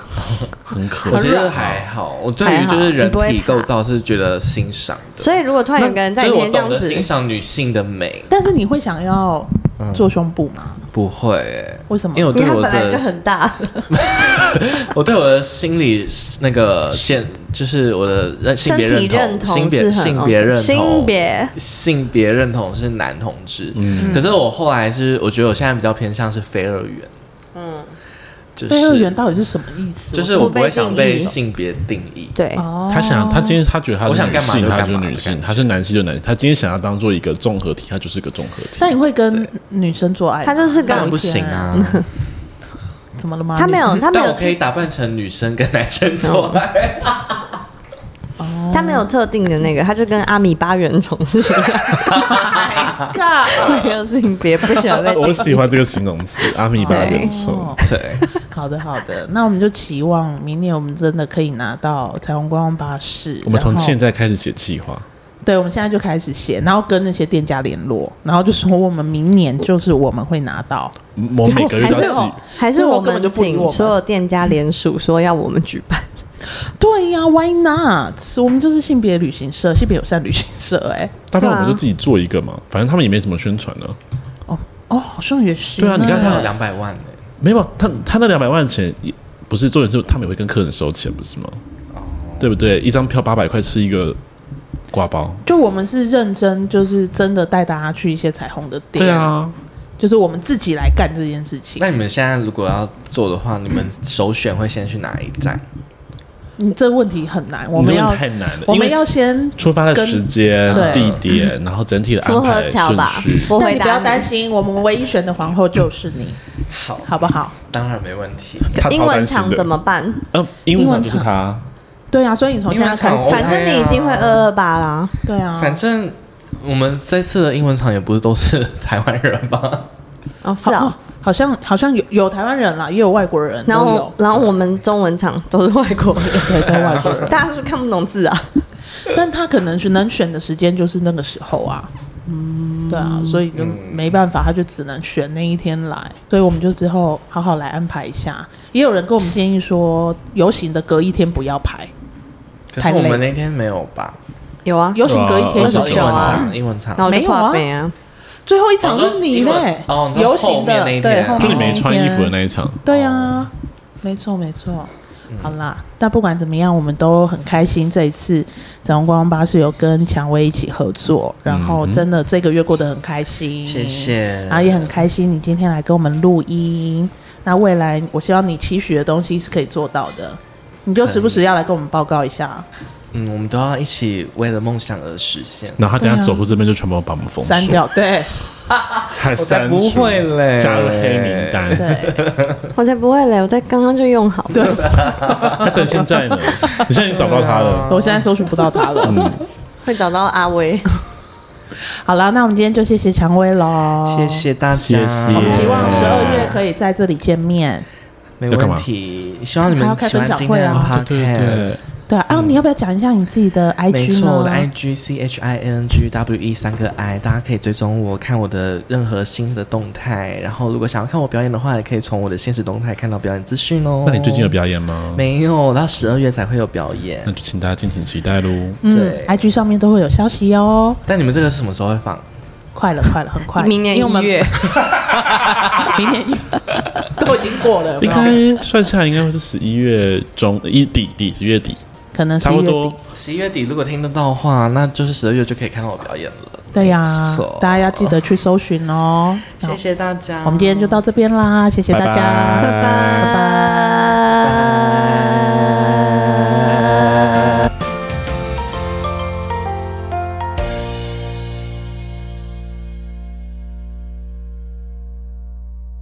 Speaker 2: 很可
Speaker 5: 我
Speaker 2: 爱
Speaker 5: 其实还好，我对于就是人体构造是觉得欣赏的，
Speaker 4: 所以如果突然有个人在
Speaker 5: 就
Speaker 4: 里
Speaker 5: 是我
Speaker 4: 面这
Speaker 5: 懂
Speaker 4: 样
Speaker 5: 得欣
Speaker 4: 子，
Speaker 5: 赏女性的美，
Speaker 3: 但是你会想要做胸部吗？
Speaker 5: 不会、欸，
Speaker 3: 为什么？
Speaker 5: 嗯因为我
Speaker 4: 因
Speaker 5: 对
Speaker 4: 为他
Speaker 5: 我
Speaker 4: 本来就
Speaker 5: 的
Speaker 4: 很大，
Speaker 3: 哦
Speaker 5: 我对我的心理那个见，就是我的认性
Speaker 4: 身
Speaker 5: 别
Speaker 4: 体
Speaker 5: 认同，
Speaker 4: 认
Speaker 5: 性
Speaker 4: 是
Speaker 5: 别
Speaker 4: 很哦
Speaker 5: 性别认
Speaker 4: 性
Speaker 5: 同，
Speaker 4: 别
Speaker 5: 性别认同是男同志，
Speaker 2: 嗯
Speaker 5: 可是我后来是我觉得我现在比较偏向是非二元，嗯，
Speaker 3: 非二元
Speaker 5: 就是
Speaker 3: 到底是什么意思？
Speaker 5: 就是我不会想被性别定义，
Speaker 4: 哦对，
Speaker 3: 哦
Speaker 2: 他想，他今天他觉得他
Speaker 5: 我
Speaker 2: 是
Speaker 5: 想
Speaker 2: 女
Speaker 5: 干嘛
Speaker 2: 性，
Speaker 5: 就
Speaker 2: 他
Speaker 5: 干
Speaker 2: 就
Speaker 5: 嘛
Speaker 2: 是女
Speaker 5: 的
Speaker 2: 性；
Speaker 5: 感
Speaker 2: 他是男性就男性。他今天想要当做一个综合体，他就是一个综合体。
Speaker 3: 那你会跟女生做爱吗？
Speaker 4: 他就是跟
Speaker 5: 当然不行啊，
Speaker 3: 怎么了吗？
Speaker 4: 他没有，
Speaker 3: 你是
Speaker 4: 他没
Speaker 5: 但我
Speaker 4: 有
Speaker 5: 可以打扮成女生跟男生做爱，
Speaker 4: 他没有特定的那个，他就跟阿米巴原虫是一样， 没有性别，不喜欢被
Speaker 2: 我喜欢这个形容词，阿米巴人兽
Speaker 3: 哦。
Speaker 5: 对，
Speaker 3: 好的，好的，那我们就期望明年我们真的可以拿到彩虹观光巴士。
Speaker 2: 我们从
Speaker 3: 然后
Speaker 2: 现在开始写计划，
Speaker 3: 对，我们现在就开始写，然后跟那些店家联络，然后就说我们明年就是我们会拿到。
Speaker 2: 嗯我每个月
Speaker 4: 还
Speaker 2: 都
Speaker 4: 是
Speaker 2: 要记。
Speaker 4: 还是
Speaker 3: 最后
Speaker 4: 我
Speaker 3: 根本
Speaker 4: 们
Speaker 3: 就不理我
Speaker 4: 请
Speaker 3: 们
Speaker 4: 所有店家联署说要我们举办，
Speaker 3: 对呀、w h y not？我们就是性别旅行社，性别友善旅行社、哎，
Speaker 2: 大不了
Speaker 4: 对
Speaker 2: 我
Speaker 4: 啊
Speaker 2: 们就自己做一个嘛，反正他们也没什么宣传啊呢。
Speaker 3: 哦，好像也是。
Speaker 2: 对啊你刚
Speaker 5: 但
Speaker 2: 才
Speaker 5: 他有
Speaker 3: 看
Speaker 5: 两百万呢、欸
Speaker 2: 没有，他他那两百万钱也不是重点，是他们也会跟客人收钱，不是吗？对不对？一张票八百块吃一个挂包，
Speaker 3: 就我们是认真，就是真的带大家去一些彩虹的店，
Speaker 2: 对，啊，
Speaker 3: 就是我们自己来干这件事情
Speaker 5: 那。你们现在如果要做的话，你们首选会先去哪一站？
Speaker 3: 你这问题很难，我
Speaker 2: 你
Speaker 3: 们
Speaker 2: 这问
Speaker 3: 要
Speaker 2: 题太难了，
Speaker 3: 我们
Speaker 2: 因为
Speaker 3: 要先
Speaker 2: 出发的时间
Speaker 3: 跟、
Speaker 2: 地
Speaker 3: 对
Speaker 2: 点，然后整体的
Speaker 4: 符
Speaker 2: 安
Speaker 4: 合
Speaker 2: 排
Speaker 4: 巧
Speaker 2: 顺
Speaker 4: 吧
Speaker 2: 序？。
Speaker 4: 我
Speaker 3: 但
Speaker 4: 回
Speaker 3: 你不要
Speaker 4: 答
Speaker 3: 担
Speaker 4: 你，
Speaker 3: 心，我们唯一选的皇后就是你，
Speaker 5: 好，
Speaker 3: 好不好？
Speaker 5: 当然没问题。
Speaker 2: 他
Speaker 4: 英
Speaker 2: 超
Speaker 4: 文
Speaker 2: 担心
Speaker 4: 场
Speaker 2: 的
Speaker 4: 怎。么办？
Speaker 2: 嗯，英文
Speaker 3: 英
Speaker 2: 场
Speaker 3: 文
Speaker 2: 就是
Speaker 3: 场
Speaker 2: 他，
Speaker 3: 对啊，所以你从现在开
Speaker 5: 因为
Speaker 3: 始，
Speaker 5: 常
Speaker 4: 反正你已经会二二八啦，
Speaker 3: 对啊，
Speaker 5: 反正我们这次的英文场也不是都是台湾人吧？
Speaker 4: 哦是啊
Speaker 3: 好，，好像好像有有台湾人啦，也有外国人，
Speaker 4: 然
Speaker 3: 都
Speaker 4: 后
Speaker 3: 有
Speaker 4: 然后我们中文场都是外国人，，
Speaker 3: 对，都外国人
Speaker 4: 大家是不是看不懂字啊？
Speaker 3: 但他可能是能选的时间就是那个时候啊，嗯，对啊，所以就没办法，他就只能选那一天来，所以我们就之后好好来安排一下。也有人跟我们建议说，游行的隔一天不要排，
Speaker 5: 可
Speaker 3: 太
Speaker 5: 是
Speaker 3: 累
Speaker 5: 我们那天没有吧？
Speaker 4: 有啊，
Speaker 3: 游行隔一
Speaker 2: 对
Speaker 3: 天
Speaker 5: 那
Speaker 2: 啊
Speaker 5: 时候
Speaker 3: 就
Speaker 5: 英
Speaker 3: 有
Speaker 5: 文
Speaker 3: 啊，
Speaker 5: 场，英文场
Speaker 4: 然后我就
Speaker 3: 没有啊
Speaker 4: 跨北啊，
Speaker 3: 最后一场是你嘞，
Speaker 5: 哦你说
Speaker 3: 游行
Speaker 5: 后面
Speaker 3: 的
Speaker 5: 那一
Speaker 3: 对
Speaker 5: 天，
Speaker 3: 后面
Speaker 2: 就你没
Speaker 3: 那一
Speaker 2: 穿衣服的
Speaker 3: 天
Speaker 2: 那一场，
Speaker 3: 对呀、没错没错。
Speaker 5: 嗯
Speaker 3: 好啦，但不管怎么样，我们都很开心。这一次彩虹观光巴士有跟蔷薇一起合作，
Speaker 2: 嗯
Speaker 3: 然后真的这个月过得很开心，
Speaker 5: 谢谢
Speaker 3: 然后也很开心你今天来跟我们录音。那未来我希望你期许的东西是可以做到的，你就时不时要来跟我们报告一下。
Speaker 5: 嗯，我们都要一起为了梦想而实现。
Speaker 2: 然后他等下
Speaker 3: 对啊
Speaker 2: 走出这边就全部把我们封
Speaker 3: 删
Speaker 2: 锁，
Speaker 3: 掉，对
Speaker 2: 还
Speaker 5: 我才
Speaker 2: 删
Speaker 5: 不
Speaker 2: 除
Speaker 5: 会嘞，
Speaker 2: 加入黑名。 单。
Speaker 3: 对，
Speaker 4: 我才不会嘞，我在刚刚就用好了。
Speaker 2: 他等现在呢？你现在已经找不到他了。
Speaker 5: 哦
Speaker 3: 我现在搜寻不到他了。
Speaker 4: 会找到阿威，
Speaker 3: 好啦，那我们今天就谢谢蔷薇喽，
Speaker 5: 谢。谢大家，
Speaker 2: 谢谢
Speaker 5: 我
Speaker 3: 我们
Speaker 5: 们
Speaker 3: 希望
Speaker 2: 谢
Speaker 3: 十
Speaker 2: 谢
Speaker 3: 二月可以在这里见面。
Speaker 5: 没
Speaker 2: 要干
Speaker 5: 问
Speaker 2: 嘛
Speaker 5: 题。希望你
Speaker 3: 还要
Speaker 5: 们
Speaker 3: 开
Speaker 5: 喜
Speaker 3: 分
Speaker 5: 欢
Speaker 3: 享
Speaker 5: 今
Speaker 3: 会
Speaker 5: 天的
Speaker 3: 啊
Speaker 5: podcast，
Speaker 2: 对对对
Speaker 3: 对啊，啊，你要不要讲一下你自己的 IG 呢？
Speaker 5: 嗯没错，我的 IG C H I N G W E 三个 I，大家可以追踪我，看我的任何新的动态。然后，如果想要看我表演的话，也可以从我的现实动态看到表演资讯哦。
Speaker 2: 那你最近有表演吗？
Speaker 5: 没有？到十二月才会有表演
Speaker 2: 那。就请大家敬请期待喽。
Speaker 5: 对
Speaker 3: 嗯，IG 上面都会有消息哦。
Speaker 5: 但你们这个是什么时候会放？
Speaker 3: 快了，快了，很快，
Speaker 4: 明年
Speaker 3: 因为我 们
Speaker 4: 一月，
Speaker 3: 明年一月都已经过了，有没
Speaker 2: 应
Speaker 3: 有
Speaker 2: 该算下来应该会是十一月中一底底十月底，
Speaker 3: 可能
Speaker 2: 差
Speaker 3: 十一
Speaker 2: 不
Speaker 3: 月
Speaker 2: 多
Speaker 3: 底，。
Speaker 5: 十一月底如果听得到的话，那就是十二月就可以看到我表演了。
Speaker 3: 对呀、
Speaker 5: 没错
Speaker 3: 大家要记得去搜寻哦。
Speaker 5: 谢谢大家，
Speaker 3: 好我们今天就到这边啦，谢谢大家，
Speaker 2: 拜拜
Speaker 3: 拜拜